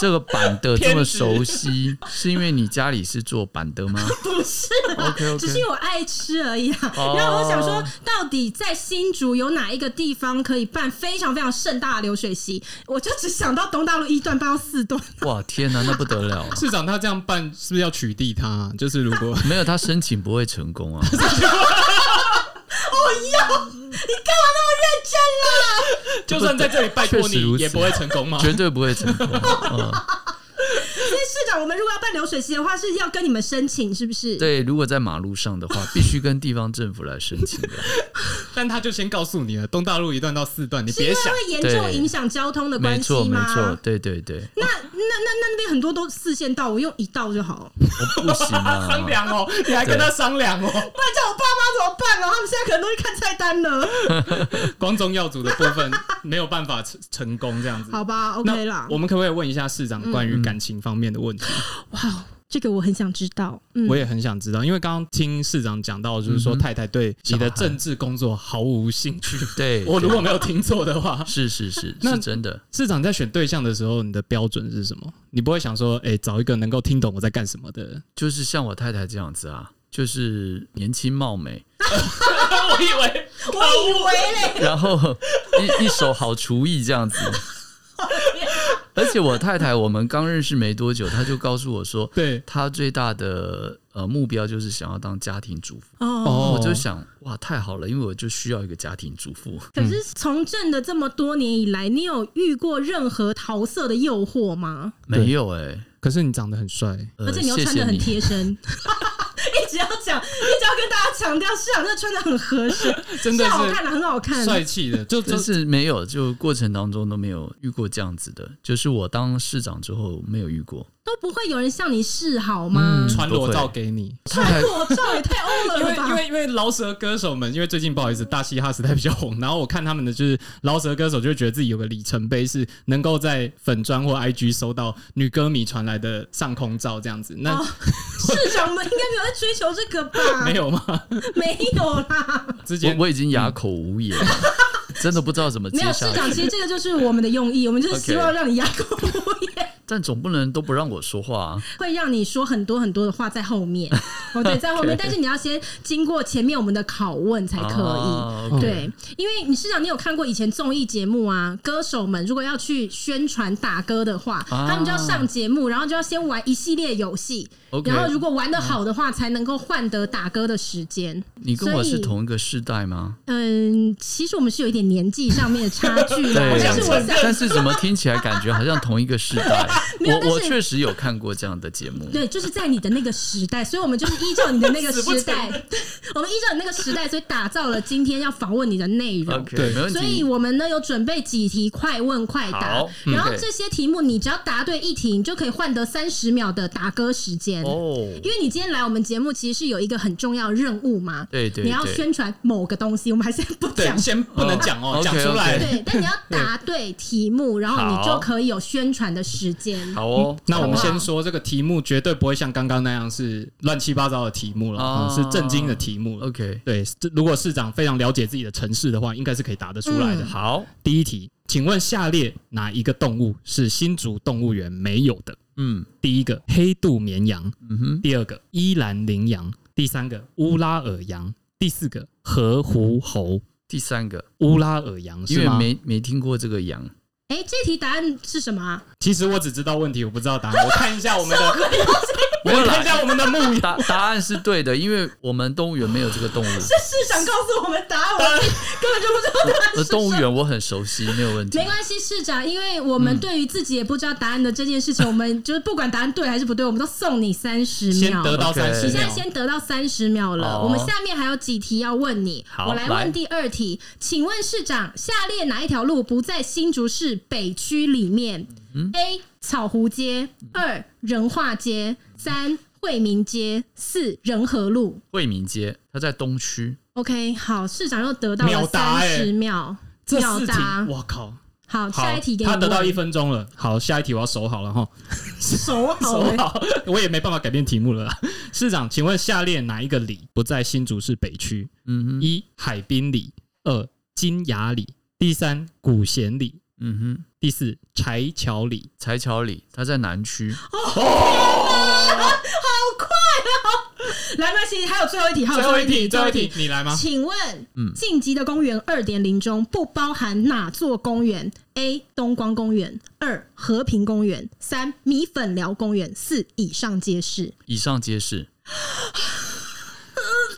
这个板的这么熟悉？是因为你家里是做板的吗？
不是啊
OK，OK
只是因为我爱吃而已啊。
哦
然后我就想说，到底在新竹有哪一个地方可以办非常非常盛大的流水席？我就只想到东大路一段办到四段，
哇，天哪，那不得了！
市长他这样办是不是要取缔他啊、就是如 果
没有他申请不会成功啊！
我 要你干嘛那么认真啦？啊
就算在这里拜托
确实如
你，
此
也不会成功吗？
绝对不会成功。嗯，
所以市长，我们如果要办流水席的话，是要跟你们申请，是不是？。
对，如果在马路上的话，必须跟地方政府来申请的。
但他就先告诉你了，东大路一段到四段，你
是因
别
为
想。
会严重
对
影响交通的
没
关
错，
系
没
吗？
错，对对对，
那那那那那边很多都四线道，我用一道就好了。
我不行
他商
啊！
量哦，你还跟他商量哦。
不然叫我爸妈怎么办啊？他们现在可能都去看菜单了，
光宗耀祖的部分没有办法成成功，这样子。
好吧
那
？OK 啦。
我们可不可以问一下市长关
嗯
于感情方面的问题？
哇，这个我很想知道。嗯
我，也很想知道，因为刚刚听市长讲到，就是说
嗯哼
太太对你的
小孩
政治工作毫无兴趣。
对，啊
我如
对
果没有听错的话，
是是是
那
是真的，
市长在选对象的时候，你的标准是什么？你不会想说，哎、找一个能够听懂我在干什么的？
就是像我太太这样子啊，就是年轻貌美，
我以为
我以为嘞，
然后一一手好厨艺这样子。而且我太太，我们刚认识没多久，她就告诉我说，
对，
她最大的呃目标就是想要当家庭主妇。
哦。
我就想，哇，太好了，因为我就需要一个家庭主妇。
可是从政的这么多年以来，你有遇过任何桃色的诱惑吗？
对
没有哎、
可是你长得很帅，
呃
而且你又
谢
穿的
谢
很
你。
贴 身，一直要讲，一直要跟大家强调，市长真的穿的很合身，
真
是啊
的
好看的，很好看
是帅气的，就就
但是没有，就过程当中都没有遇过这样子的，就是我当市长之后没有遇过。
都不会有人向你示好
嗯
吗？
传裸照给你。
太太
裸照也太欧
因
了
为嗯因
吧！
为因为饶舌歌手们，因为最近不好意思，大嘻哈时代比较红，然后我看他们的就是饶舌歌手，就会觉得自己有个里程碑，是能够在粉砖或 IG 收到女歌迷传来的上空照这样子。那、
哦市长们应该没有在追求这个吧？
没，有吗？
没有啦，
之
我
前
我已经哑口无言了，真的不知道怎么接
没有市
下
长。
去。
其实这个就是我们的用意，我们就是
OK
希望让你哑口无言，
但总不能都不让我说话啊。
会让你说很多很多的话在后面。哦，对，在后 面，但是你要先经过前面我们的拷问才可以。哦
啊
对，因为你市长，你有看过以前综艺节目啊？歌手们如果要去宣传打歌的话，
啊
他们就要上节目，然后就要先玩一系列游戏，
OK，
然后如果玩的好的话，才能够换得打歌的时间。
你跟我
所以
是同一个世代吗？
嗯，其实我们是有一点年纪上面的差距 啦，但是我想。
但是怎么听起来感觉好像同一个世代？
没有但是
我我确实有看过这样的节目。
对，就是在你的那个时代，所以我们就是依照你的那个时代， 我们依照你那个时代，所以打造了今天要访问你的内容。
OK，
对
没问
所以
题。
我们呢有准备几题快问快答
好，嗯
然后
OK
这些题目你只要答对一题，你就可以换得三十秒的打歌时间。
哦，
因为你今天来我们节目，其实是有一个很重要的任务嘛，
对对
你要
对
宣传某个东西，我们还是不
对
讲。
先不能讲哦
哦，
讲、出
OK，OK
来。
对，但你要答对题目，然后你
好
就可以有宣传的时间。
好哦，
那我们
好不好
先说这个题目，绝对不会像刚刚那样是乱七八糟的题目了，
哦
啊、是震惊的题目了。
OK，
对，这如果市长非常了解自己的城市的话，应该是可以答得出来的。
嗯
好，
第一题，请问下列哪一个动物是新竹动物园没有的？
嗯
第一个黑肚绵羊，
嗯哼，
第二个伊兰羚羊，第三个乌拉尔羊，第四个河狐猴。
第三个，
乌拉尔羊
因
是
为
吗？
没没听过这个羊，
哎、这题答案是什么啊？
其实我只知道问题，我不知道答案。我看一 下我们的，我看一下我们的木鱼。
答答案是对的，因为我们动物园没有这个动物。
市长告诉我们答案，我们根本就不知道 答案是
呃，
什
动物
么。
园我很熟悉，没有问题
没。关系，市长，因为我
嗯
们对于自己也不知道答案的这件事情，我们就是不管答案对还是不对，我们都送你三十
先
秒。
得到
OK
三十
你现在
秒，
先得到三十秒了，
哦
我们下面还有几题要问你。
好
我来
来
问第二题，请问市长，下列哪一条路不在新竹市北区里面？A.
嗯
草湖街，二仁化街，三惠民街，四仁和路。
惠民街，它在东区，
OK，好，市长又得到了
秒答
三
欸
十秒，
这
秒
四题
答，。
我靠！
好，
好
下一题给你
他得到
问
一分钟了。好，下一题我要守好了哈，
手好
守
欸
好，我也没办法改变题目了啦。市长，请问下列哪一个里不在新竹市北区？
嗯哼，
一海滨里，二金雅里，第三古贤里，
嗯哼，
第四柴桥里。
柴桥里，它在南区。
哦好快哦！来，麦琪，还有最后一题，还有
最后一题，
题，
最后一题，，你来吗？
请问，
嗯
晋级的公园二点零中不包含哪座公园？A. 东光公园，二和平公园，三米粉寮公园，四以上皆是。
以上皆是，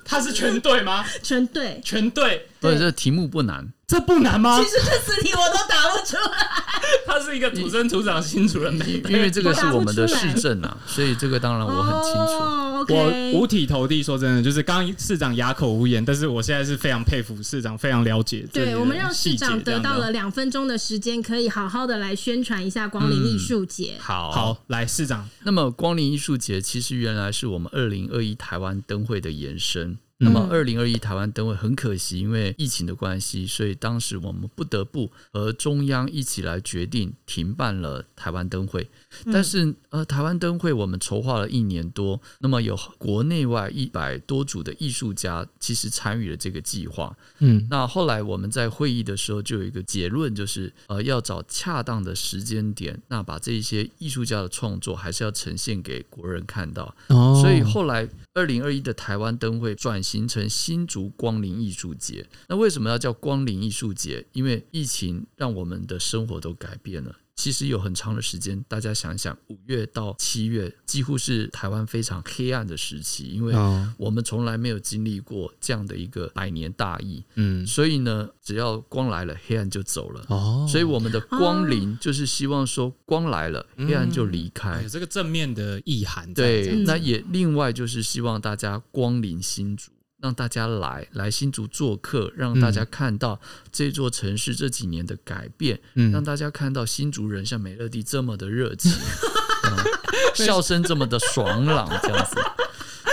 他是全对吗？
全对。
全对，
不
对
是这题目不难，
这不难吗
其？实这四题我都答不出来。
他是一个土生土长新主人没
因为这个是我们的
我答不出来
市政啊，所以这个当然我很清楚。
哦
我五
OK，
体投地，说真的，就是刚刚市长哑口无言，但是我现在是非常佩服市长，非常了解这里的细节。
对我们让市长得到
这样
了
的。
两分钟的时间，可以好好的来宣传一下光临艺术节。
嗯
好
好，来市长，
那么光临艺术节其实原来是我们二零二一台湾灯会的延伸。那么二零二一台湾灯会很可惜，因为疫情的关系，所以当时我们不得不和中央一起来决定停办了台湾灯会。但是呃，台湾灯会我们筹划了一年多，那么有国内外一百多组的艺术家其实参与了这个计划。
嗯，
那后来我们在会议的时候就有一个结论，就是呃要找恰当的时间点，那把这一些艺术家的创作还是要呈现给国人看到。
哦
所以后来二零二一的台湾灯会转型成新竹光临艺术节。那为什么要叫光临艺术节？因为疫情让我们的生活都改变了。其实有很长的时间，大家想一想，五月到七月几乎是台湾非常黑暗的时期，因为
哦，
我们从来没有经历过这样的一个百年大疫，
嗯，
所以呢，只要光来了，黑暗就走了。
哦，
所以我们的光临就是希望说，光来了，
嗯
黑暗就离
哎
开
有。这个正面的意涵在。这
对
样，
嗯
那也另外就是希望大家光临新竹，让大家来来新竹做客，让大
嗯
家看到这座城市这几年的改变，让
嗯，
大家看到新竹人像美乐蒂这么的热 情，嗯笑声这么的爽朗，这样子。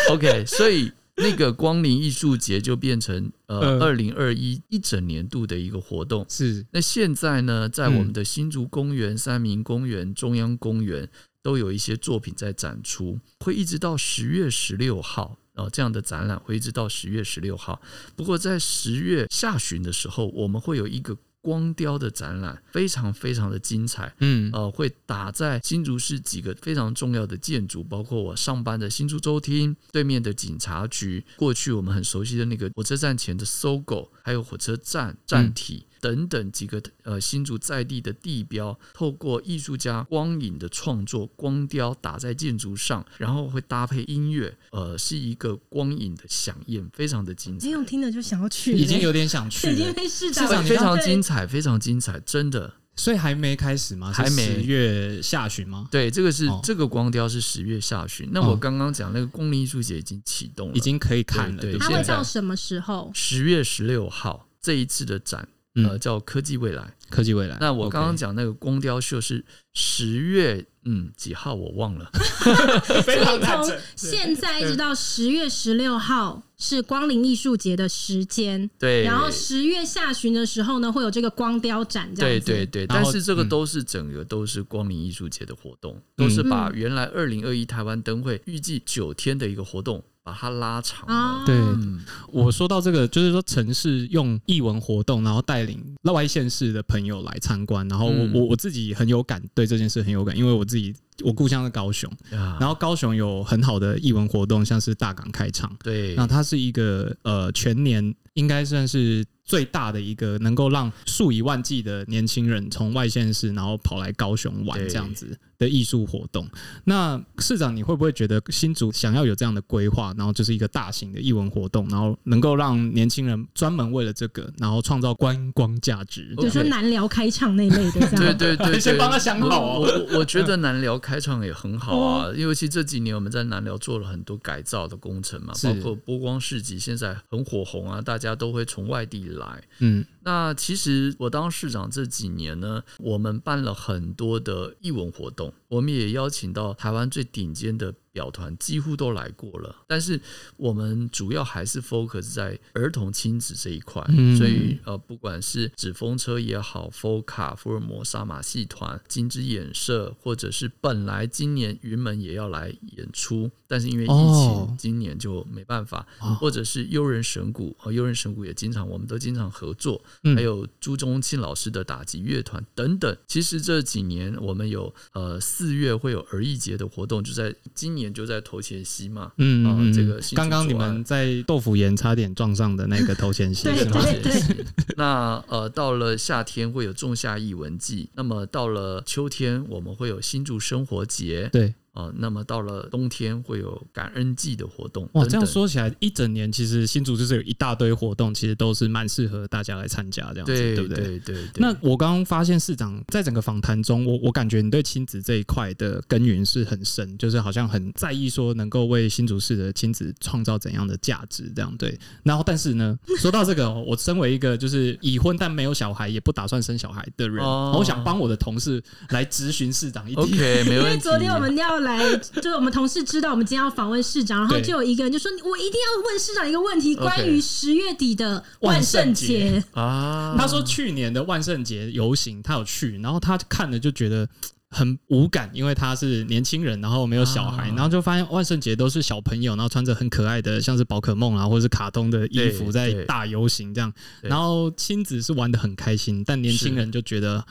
OK，所以。那个光临艺术节就变成呃
嗯
二零二一一整年度的一个活动，
是
那现在呢，在我们的新竹公园、三明公园、中央公园都有一些作品在展出，会一直到十月十六号。哦，这样的展览会一直到十月十六号。不过在十月下旬的时候，我们会有一个光雕的展览，非常非常的精彩。
嗯
呃，会打在新竹市几个非常重要的建筑，包括我上班的新竹州厅对面的警察局，过去我们很熟悉的那个火车站前的搜狗，还有火车站站体。等等几个呃新竹在地的地标，透过艺术家光影的创作，光雕打在建筑上，然后会搭配音乐，呃，是一个光影的响应，非常的精彩
这。用听了就想要去了，
已经有点想去
已经
了，
被市
市长
长
你
非
刚
常
对
精彩，非常精彩，真的。
所以还没开始吗？
还没
十月下旬吗？
对，这个是、
哦
这个光雕是十月下旬。那
哦
我刚刚讲那个公立艺术节已经启动了，
已经可以看了，对
对对
不
它
对
会
现在
到什么时候？
十月十六号这一次的展，呃，
嗯，
叫科技未来。
科技未来。
那我刚刚
OK
讲那个光雕秀是十月嗯几号我忘了，
所
非
以
常坦
从
诚
现在一直到十月十六号是光临艺术节的时间，
对，
然后十月下旬的时候呢，会有这个光雕展，这
对
样子。
对对，
然
但
后
是这个
嗯
都是整个都是光临艺术节的活动，都是
嗯
把原来二零二一台湾灯会预计九天的一个活动把它拉长
啊
了。，
对
嗯，
我说到这个，就是说城市用艺文活动，然后带领外县市的朋友来参观，然后我、
嗯
我我自己很有感，对这件事很有感，因为我自己我故乡是高雄，
然
然后高雄有很好的艺文活动，像是大港开唱，
对，
那它是一个呃全年应该算是最大的一个能够让数以万计的年轻人从外县市然后跑来高雄玩
对
这样子的艺术活动。那市长你会不会觉得新竹想要有这样的规划，然后就是一个大型的艺文活动，然后能够让年轻人专门为了这个，然后创造观光价值？
比如说
OK
南寮开唱那一类的，这
对
样。
对对对，
先帮他想好哦
我我我觉得南寮开唱也很好啊，尤其这几年我们在南寮做了很多改造的工程嘛，
是
包括波光市集现在很火红啊，大家都会从外地来。
嗯
那其实我当市长这几年呢，我们办了很多的艺文活动，我们也邀请到台湾最顶尖的表团，几乎都来过了。但是我们主要还是 focus 在儿童亲子这一块，
嗯
所以呃，不管是纸风车也好，FOCA 福尔摩沙马戏团、金枝演社，或者是本来今年云门也要来演出，但是因为疫情，
哦
今年就没办法，
哦
或者是悠人神鼓，呃，悠人神鼓也经常我们都经常合作，
嗯
还有朱宗庆老师的打击乐团等等。其实这几年我们有呃四月会有儿艺节的活动，就在今年就在头前溪嘛，
嗯
啊
嗯，
这
嗯
个新竹
刚刚你
左岸
们在豆腐岩差点撞上的那个头前溪
对
是吗？
对对
那呃，到了夏天会有仲夏艺文季，那么到了秋天我们会有新竹生活节，
对，
呃，那么到了冬天会有感恩季的活动。
哇，
等
哦这样
等
说起来，一整年其实新竹就是有一大堆活动，其实都是蛮适合大家来参加这样子，
对
对不对？
对对对，
那我刚刚发现市长在整个访谈中，我我感觉你对亲子这一块的耕耘是很深，就是好像很在意说能够为新竹市的亲子创造怎样的价值，这样对。然后，但是呢，说到这个哦，我身为一个就是已婚但没有小孩，也不打算生小孩的人，
哦
我想帮我的同事来咨询市长一 题。
OK 没
因
问
为
题。
昨天我们要来，就是我们同事知道我们今天要访问市长，然后
对
就有一个人就说：“我一定要问市长一个问题，
OK
关于十月底的万圣
万
节。
啊，
他说去年的万圣节游行他有去，然后他看了就觉得很无感，因为他是年轻人，然后没有小孩，
啊
然后就发现万圣节都是小朋友，然后穿着很可爱的，像是宝可梦啊，或者是卡通的衣服
对
在
对
大游行这样。
对
然后亲子是玩的很开心，但年轻
是
人就觉得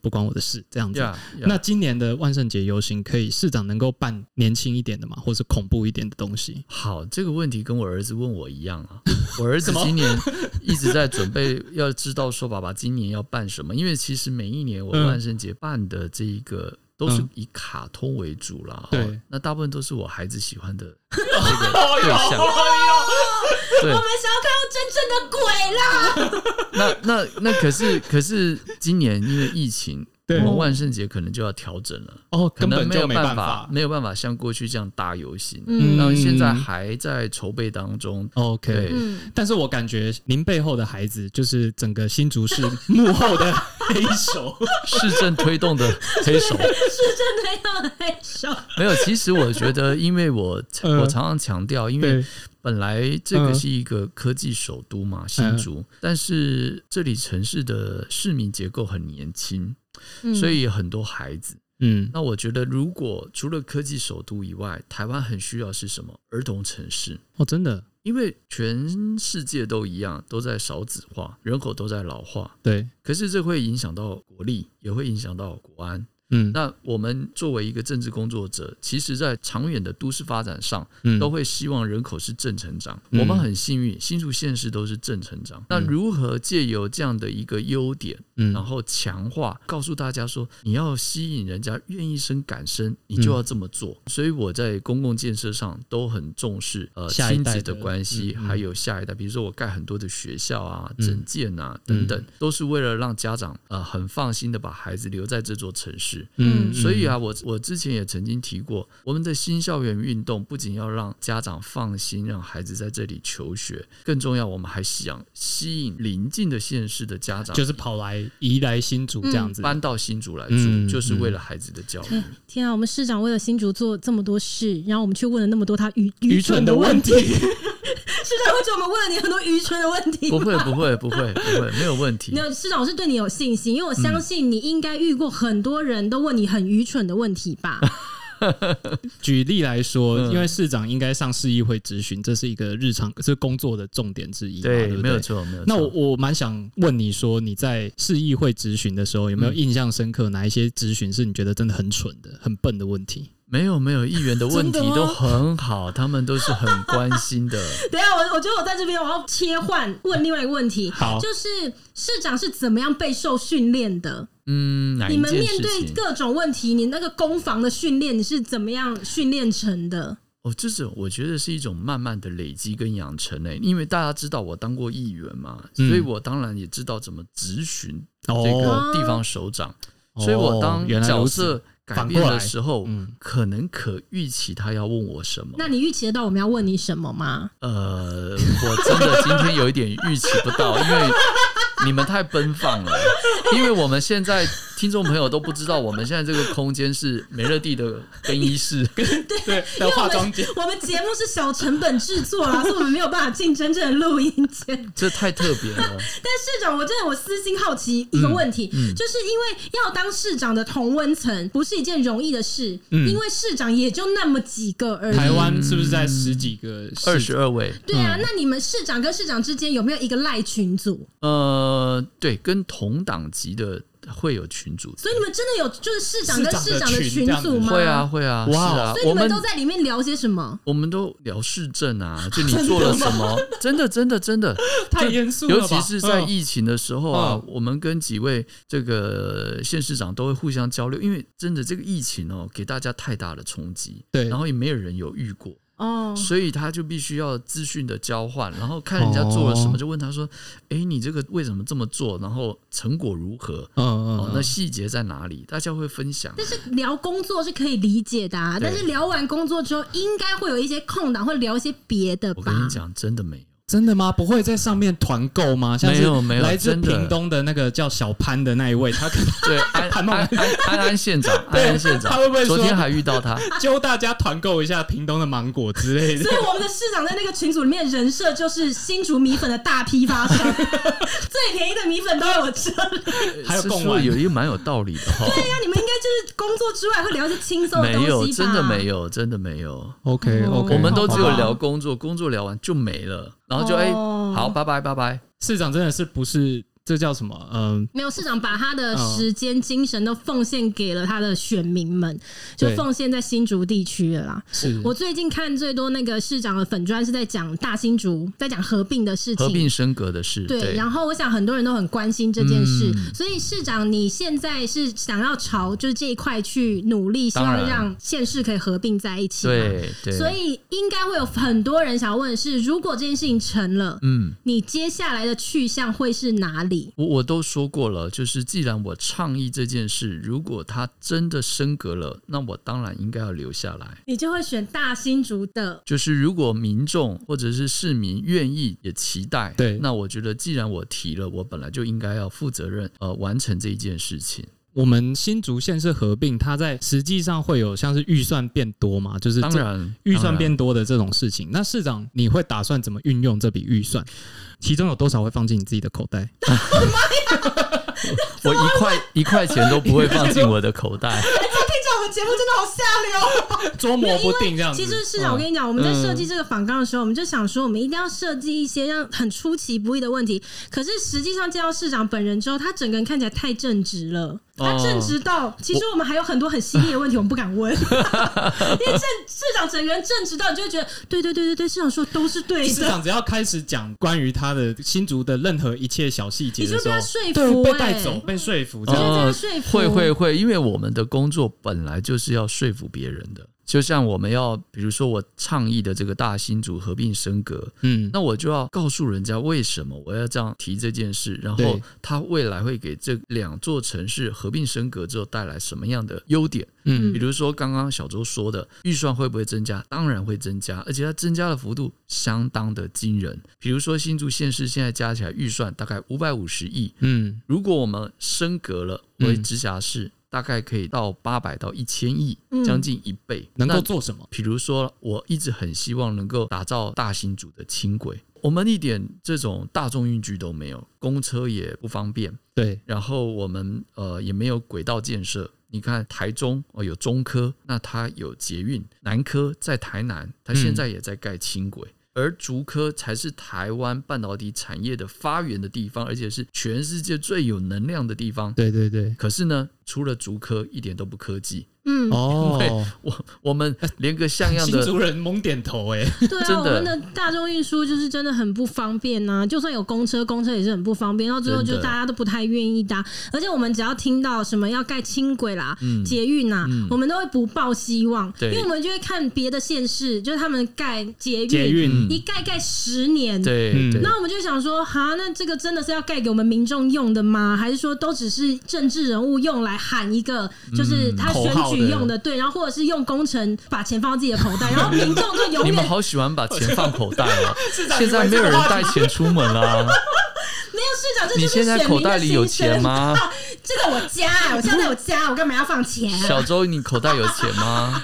不关我的事这样子。
呀，呀
那今年的万圣节游行，可以市长能够办年轻一点的嘛，或是恐怖一点的东西？
好，这个问题跟我儿子问我一样啊。我儿子今年一直在准备，要知道说爸爸今年要办什么，因为其实每一年我
嗯
万圣节办的这一个。都是
嗯
以卡通为主啦，
对
哦那大部分都是我孩子喜欢的这个对象。对，
我们想要看到真正的鬼啦！
那那那可是可是今年因为疫情，我
对
们万圣节可能就要调整了，
哦，
可
根
能
本
没有
就没
办
法。
没有办法像过去这样大游行。
嗯
那现在还在筹备当中，
OK，
对
嗯，
但是我感觉您背后的孩子就是整个新竹市幕后的黑手。
市政推动的 黑手。
是真的要来手，
没有，其实我觉得，因为我
嗯
我常常强调，因为
对，嗯
本来这个是一个科技首都嘛，新竹，但是这里城市的市民结构很年轻，
嗯
所以很多孩子。
嗯，
那我觉得，如果除了科技首都以外，台湾很需要是什么？儿童城市。
哦，真的，
因为全世界都一样，都在少子化，人口都在老化，
对，
可是这会影响到国力，也会影响到国安。
嗯，
那我们作为一个政治工作者，其实，在长远的都市发展上，
嗯
都会希望人口是正成长。
嗯
我们很幸运，新竹县市都是正成长。那如何借由这样的一个优点，
嗯
然后强化，告诉大家说，你要吸引人家愿意生敢生，你就要这么做。
嗯
所以我在公共建设上都很重视呃
下一
亲
代的
子的关系，
嗯嗯
还有下一代，比如说我盖很多的学校啊、
嗯
整建啊等等，都是为了让家长呃很放心的把孩子留在这座城市。
嗯，
所以啊，我我之前也曾经提过，我们的新校园运动不仅要让家长放心，让孩子在这里求学，更重要，我们还想吸引邻近的县市的家长，
就是跑来移来新竹这样子。
搬到新竹来住，
嗯
就是为了孩子的教育。
天啊！我们市长为了新竹做这么多事，然后我们却问了那么多他愚
愚蠢的问
题。
题，
市长会觉得我们问了你很多愚蠢的问题
不
吗。
会，不会，不会，不会，没有问题
没。有，市长，我是对你有信心，因为我相信你应该遇过很多人都问你很愚蠢的问题吧？
举例来说，
嗯
因为市长应该上市议会咨询，这是一个日常，是工作的重点之一嘛，对
对，
不
没有
对？
错，没有错。
那我我蛮想问你说，你在市议会质询的时候，有没有
嗯
印象深刻哪一些质询是你觉得真的很蠢的、很笨的问题？
没有没有议员的问题
真的吗
都很好，他们都是很关心 的。
等一下，我我觉得我在这边我要切换问另外一个问题，
好
就是市长是怎么样备受训练的？
嗯，哪
你
一
们
件
面
事
对
情？
各种问题，你那个攻防的训练，你是怎么样训练成的？
哦，这种我觉得是一种慢慢的累积跟养成诶，因为大家知道我当过议员嘛，
嗯
所以我当然也知道怎么质询这
哦
个地方首长，所以我当
哦原来
角
如此
色改
反
变
过
的
来
时候，
嗯
可能可预期他要问我什么。
那你预期得到我们要问你什么吗？
呃，我真的今天有一点预期不到，因为你们太奔放了。因为我们现在听众朋友都不知道，我们现在这个空间是美乐蒂的更衣室，
对，在化妆间，
我们节目是小成本制作啊 啦，所以我们没有办法进真正的录音间。
这太特别 了。
但市长，我真的我私心好奇一个问题，
嗯
就是因为要当市长的同温层不是一件容易的事，
嗯
因为市长也就那么几个而
台
已。
湾嗯是不是在嗯十几个市
二十二位，
对啊，那你们市长跟市长之间有没有一个赖群组？
呃，对，跟同党级的会有群组，
所以你们真的有就是市长跟市
市
长
长
的
的
群
群这样子
组吗？哦
会啊，，会啊，是
哇
啊
所，以
我
你们
们
都在里面聊些什么？
我们都聊市政啊， 就你做了什么？真的，真的，真的，
太
就
严肃了
尤
吧，
其是在
嗯
疫情的时候啊，
嗯
我们跟几位这个县市长都会互相交流，因为真的这个疫情哦，给大家太大的冲击，
对
然后也没有人有遇过，
哦，
所以他就必须要资讯的交换，然后看人家做了什么，
哦
就问他说：“哎，你这个为什么这么做？然后成果如何？
嗯
哦
嗯，，
那
嗯
细节在哪里？”大家会分 享。
但是聊工作是可以理解的、啊，
对
但是聊完工作之后，应该会有一些空档，会聊一些别的
我
吧
跟？你讲，真的没有，
真的吗？不会在上面团购吗？像是
没有没有
来自
真的
屏东的那个叫小潘的那一位，他可 能
对，安
潘
安
梦
安安安县 长，安安县
他
长，
会不会说
昨天还遇到 他，
教大家团购一下屏东的芒果之类的
所。以我们的市长在那个群组里面人设就是新竹米粉的大批发商， 最便宜的米粉都在我这里。
还有
是
贡
说
丸
有一个蛮有道理的 哈。
对呀、你们应该就是工作之外会聊一些轻松的东
没
西吧？
有，真的没有，真的没有。
OK
哦
OK，
对
我们都只有
好吧
聊工作，工作聊完就没了，然后就哎、
哦
好，拜拜，拜拜。
市长真的是不是这叫什么？嗯、
没有市长把他的时间、精神都奉献给了他的选民们，就
对
奉献在新竹地区了啦。
是
我最近看最多那个市长的粉砖是在讲大新竹，在讲合并的事
合
情。
并升格的事，
对，
嗯对，嗯
然后我想很多人都很关心这件事，所以市长你现在是想要朝就是这一块去努力，希
当
望
然
让县市可以合并在一起嘛。
对对，
所以应该会有很多人想要问的是，如果这件事情成了，
嗯，
你接下来的去向会是哪里？
我我都说过了，就是既然我倡议这件事，如果它真的升格了，那我当然应该要留下来。
你就会选大新竹的。
就是如果民众或者是市民愿意也期待，
对
那我觉得既然我提了，我本来就应该要负责任，呃，完成这一件事情。
我们新竹县市合并，它在实际上会有像是预算变多嘛，就是这
当然，
预算
当然
变多的这种事情。那市长你会打算怎么运用这笔预算？其中有多少会放进你自己的口袋？
我一块一块钱都不会放进我的口袋。
听着我们节目真的好下流。
捉摸不定这样子。嗯
其实市啊长，我跟你讲，我们在设计这个访纲的时候，我们就想说，我们一定要设计一些让很出其不意的问题。可是实际上见到市长本人之后，他整个人看起来太正直了，
哦
他正直到其实我们还有很多很犀利的问题，我们不敢 问，因为正市长整个人正直到，你就会觉得对对对对对，市长说都是对
市
的，
长只要开始讲关于他的新竹的任何一切小细节
你就
的
被
时候
他，说
对
服、
被
哎
带走、被说服这
就
样。
是这
哦
样说服嗯
会会会，因为我们的工作本来就是要说服别人的。就像我们要，比如说我倡议的这个大新组合并升格，
嗯，
那我就要告诉人家为什么我要这样提这件事，然后
对
它未来会给这两座城市合并升格之后带来什么样的优点。
嗯
比如说刚刚小周说的，预算会不会增加？当然会增加，而且它增加的幅度相当的惊人。比如说新竹县市现在加起来预算大概五百五十亿，
嗯，
如果我们升格了为直辖市，大概可以到八百到一千亿
嗯，
将近一倍。
能
那
够做什么？
比如说，我一直很希望能够打造大型组的轻轨，我们一点这种大众运具都没有，公车也不方便，
对，
然后我们呃也没有轨道建设。你看台中哦有中科，那它有捷运，南科在台南，它现在也在盖轻轨。而竹科才是台湾半导体产业的发源的地方，而且是全世界最有能量的地方。
对对 对。
可是呢，除了竹科，一点都不科技。
嗯，
哦
对，我我们连个像样
新
哎
的
竹人猛点头哎，
对啊，
真
我
的
们的大众运输就是真的很不方便呐、就算有公车，公车也是很不方便。到最后就
真的
大家都不太愿意搭，而且我们只要听到什么要盖轻轨啦、
嗯
捷运啊，我们都会不抱希望，因
对
为我们就会看别的县市，就是他们盖捷
捷
运，
运
一盖盖十年。
对
嗯
对，
那我们就想说，哈，那这个真的是要盖给我们民众用的吗？还是说都只是政治人物用来喊一个，
嗯
就是他
口
选
号
举
的
用的，对，然后或者是用工程把钱放到自己的口袋，然后民众就永
你
远
们好喜欢把钱放口 袋啊！
长
现在没有人带钱出门啦、
没有市 长，这
你
就是
现在
选
口
民的
袋里有
心声
钱？吗？
这个我家，我现在在我家，我干嘛要放钱？
小周，你口袋有钱吗？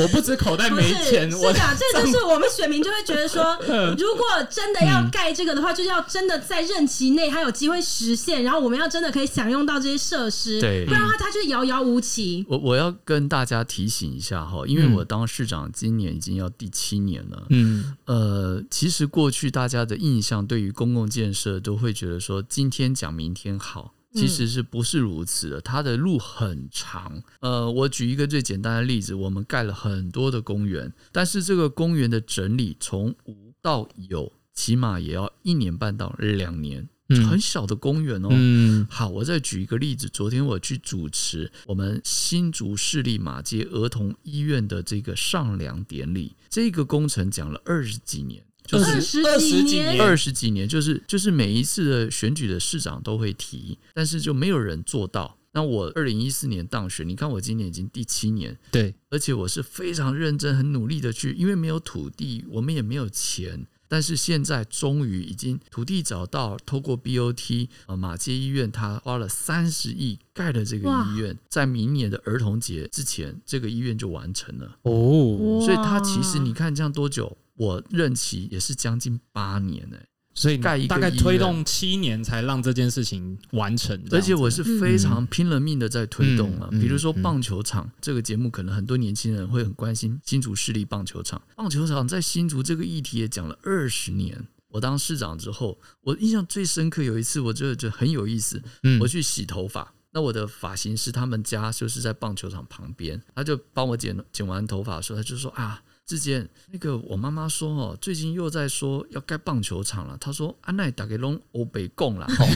我不止口袋
不是
没钱，我
市长，这 就是我们选民就会觉得说，如果真的要盖这个的话，就是要真的在任期内它有机会实现，然后我们要真的可以享用到这些设施，
对
不然的话它就是遥遥无期。
我我要跟大家提醒一下哈，因为我当市长今年已经要第七年了。
嗯，
呃，其实过去大家的印象对于公共建设都会觉得说今天讲明天好，
嗯
其实是不是如此的？它的路很长。呃，我举一个最简单的例子，我们盖了很多的公园，但是这个公园的整理从无到有，起码也要一年半到两年，
嗯
很小的公园哦。
嗯
好，我再举一个例子。昨天我去主持我们新竹市立马街儿童医院的这个上梁典礼，这个工程讲了二十几年，就
二
是
十
二
几
十几
年
年
二十几年，就是就是每一次的选举的市长都会提，但是就没有人做到。那我二零一四年当选，你看我今年已经第七年，
对，
而且我是非常认真、很努力的去，因为没有土地，我们也没有钱，但是现在终于已经土地找到，透过 BOT 呃马街医院，他花了三十亿盖了这个
哇
医院，在明年的儿童节之前，这个医院就完成了。
哦，
嗯所以它其实你看这样多久，我任期也是将近八年欸呢、
所以
盖一
你
个
大概
医院
推动七年才让这件事情完成，这
而
样子
且我是非常
嗯
拼了命的在推动啊，
嗯嗯
比如说
嗯
棒球场这个节目，可能很多年轻人会很关心新竹市立棒球场。棒球场在新竹这个议题也讲了二十年。我当市长之后，我印象最深刻有一次，我觉得就很有意思。
嗯
我去洗头发，那我的发型师他们家就是在棒球场旁边，他就帮我剪剪完头发的时候，他就说啊。志坚，那个我妈妈说哦，最近又在说要盖棒球场了。她说啊安奈打给龙欧北 贡了，吼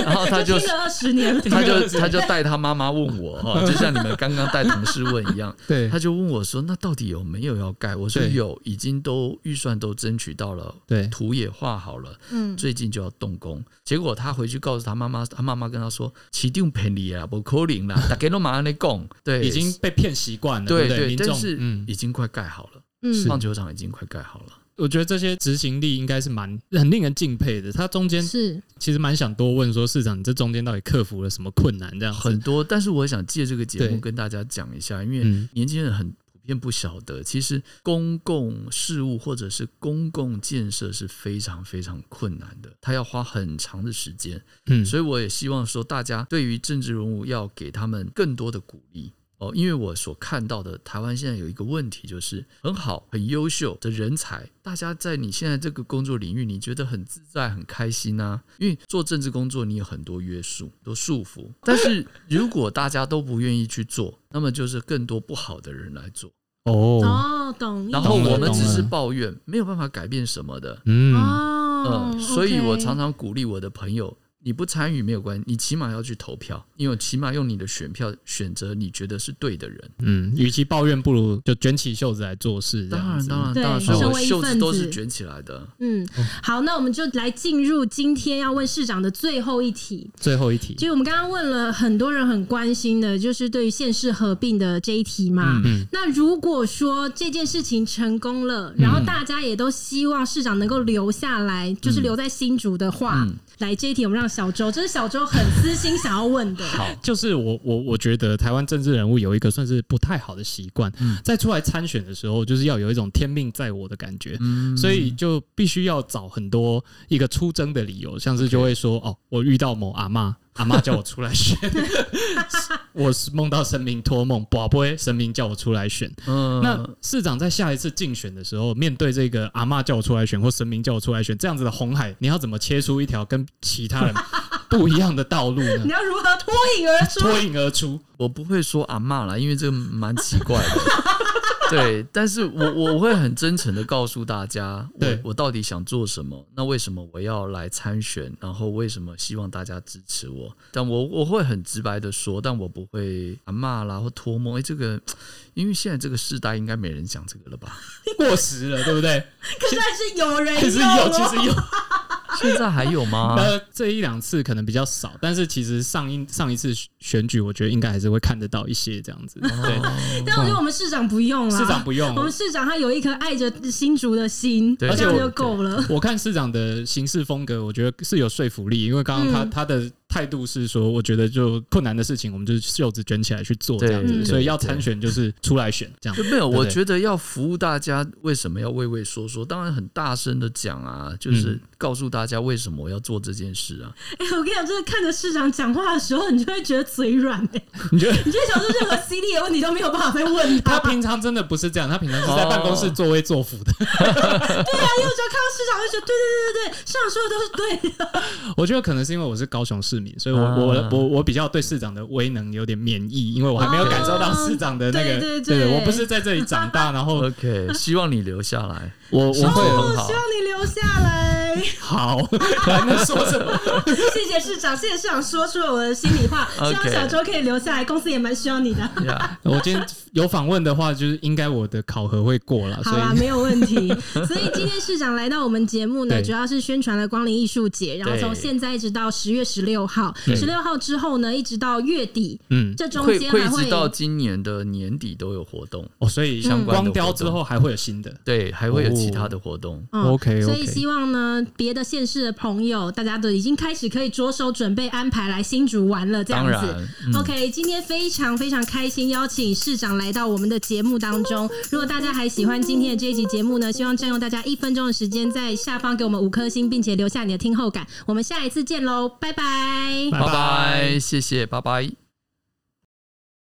然后她就
听了二十年了，
他就他就带他妈妈问我 哈，就像你们刚刚带同事问一样，
对
他就问我说：“那到底有没有要盖？”我说：“
对
有，已经都预算都争取到了，
对
图也画好了，
嗯，
最近就要动工。”结果他回去告诉他妈妈，他妈妈跟他说：“起定便宜啊，不可能 啦，大家都马上来供。”对，
已经被骗习惯了，
对
不对？民
但
众
是
嗯
已经快盖好了，
嗯
棒球场已经快盖好了。
我觉得这些执行力应该是蛮很令人敬佩的。他中间
是
其实蛮想多问说，市长你这中间到底克服了什么困难？这样子
很多，但是我想借这个节目
对
跟大家讲一下，因为
嗯
年轻人很普遍不晓得，其实公共事务或者是公共建设是非常非常困难的，它要花很长的时间。
嗯，
所以我也希望说，大家对于政治人物要给他们更多的鼓励。哦，因为我所看到的台湾现在有一个问题，就是很好、很优秀的人才，大家在你现在这个工作领域，你觉得很自在、很开心啊。因为做政治工作，你有很多约束、很多束缚，但是如果大家都不愿意去做，那么就是更多不好的人来做，
哦，
哦，懂意思。
然后我们只是
懂了
抱怨，没有办法改变什么的。
嗯，
哦
嗯，，所以我常常鼓励我的朋友，你不参与没有关系，你起码要去投票，因为起码用你的选票选择你觉得是对的人。
嗯，与其抱怨，不如就卷起袖子来做事。这
当
样
然，
子
当然，
对
当然，所以
身
我
为一
袖子
份
都是
子
卷起来的。
嗯，好，那我们就来进入今天要问市长的最后一题。
最后一题
其，实我们刚刚问了很多人很关心的，就是对于县市合并的这一题嘛。
嗯
那如果说这件事情成功了，然后大家也都希望市长能够留下来，就是留在新竹的话，
嗯
来这一题我们让小周，这是小周很私心想要问 的。
好，
就是我我我觉得台湾政治人物有一个算是不太好的习惯，
嗯
在出来参选的时候，就是要有一种天命在我的感觉，
嗯
所以就必须要找很多一个出征的理由，像是就会说哦，我遇到某阿嬷，阿嬷叫我出来选， 我是梦到神明托梦，宝贝，神明叫我出来选。
嗯
那市长在下一次竞选的时候，面对这个阿嬷叫我出来选或神明叫我出来选这样子的红海，你要怎么切出一条跟其他人不一样的道路呢
你？要如何脱颖而出？
脱颖而出，
我不会说阿嬷啦，因为这个蛮奇怪 的。对，但是我我会很真诚的告诉大家，我
对
我到底想做什么，那为什么我要来参选，然后为什么希望大家支持我，但我我会很直白的说，但我不会阿嬷啦或托梦，哎、这个，因为现在这个世代应该没人讲这个 了吧？
过时了，对不对？
可是还是有人
其实
用
有，
哦
其实有。
现在还有
啊
吗？
那这一两次可能比较少，但是其实上一上一次选举，我觉得应该还是会看得到一些这样子。对，
但我觉得我们市长不用啦，
嗯市长不用
哦我们市长他有一颗爱着新竹的心，
对
这样
而且
就
我
够了。
我看市长的行事风格，我觉得是有说服力，因为刚刚他、
嗯
他的态度是说，我觉得就困难的事情，我们就是袖子卷起来去做这样
对
子，
对
所以要参选就是出来选这样
就
子。
没有，
对
我
对
觉得要服务大家，为什么要畏畏缩缩？当然很大声的讲啊，就是
嗯
告诉大家为什么我要做这件事啊。
哎、我跟你讲，就是看着市长讲话的时候，你就会觉得嘴软哎、
你觉得
你就会想说任何 CD 的问题都没有办法被问
他
他。
平常真的不是这样，他平常是在办公
哦
室座位作福的。
对啊，有时候看到市长就觉得对对对对对，市长说的都是对的。
我觉得可能是因为我是高雄市民，所以我、
啊
我我我比较对市长的威能有点免疫，因为我还没有感受到市长的那个，
哦对对对
我不是在这里 长大，然后
OK，希望你留下来。
哦我我
心情
会
很
哦
好
希望你留下来。
好，还能说什么？
谢谢市长，谢谢市长说出了我的心里话，希望
OK
小周可以留下来，公司也蛮需要你的。
呀，
我今天有访问的话，就是应该我的考核会过了，所
好啦，啊
以
没有问 题。所以今天市长来到我们节目呢，
对
主要是宣传了光临艺术节，然后从现在一直到十月十六号，
对
十六号之后呢，一直到月底，
嗯，
这中
会
间
会
还
一
会
直到今年的年底都有活动，
哦，所以
相
关的
光雕之
活
后还会有新的。
对，还会有其他的活动。
嗯
OK，OK
所以希望呢，别的县市的朋友，大家都已经开始可以着手准备安排来新竹玩了，这样
当然嗯
子。，OK，今天非常非常开心，邀请市长来到我们的节目当中。如果大家还喜欢今天的这一集节目呢，希望占用大家一分钟的时间，在下方给我们五颗星，并且留下你的听后感。我们下一次见喽，拜拜。
拜拜，谢谢，拜拜。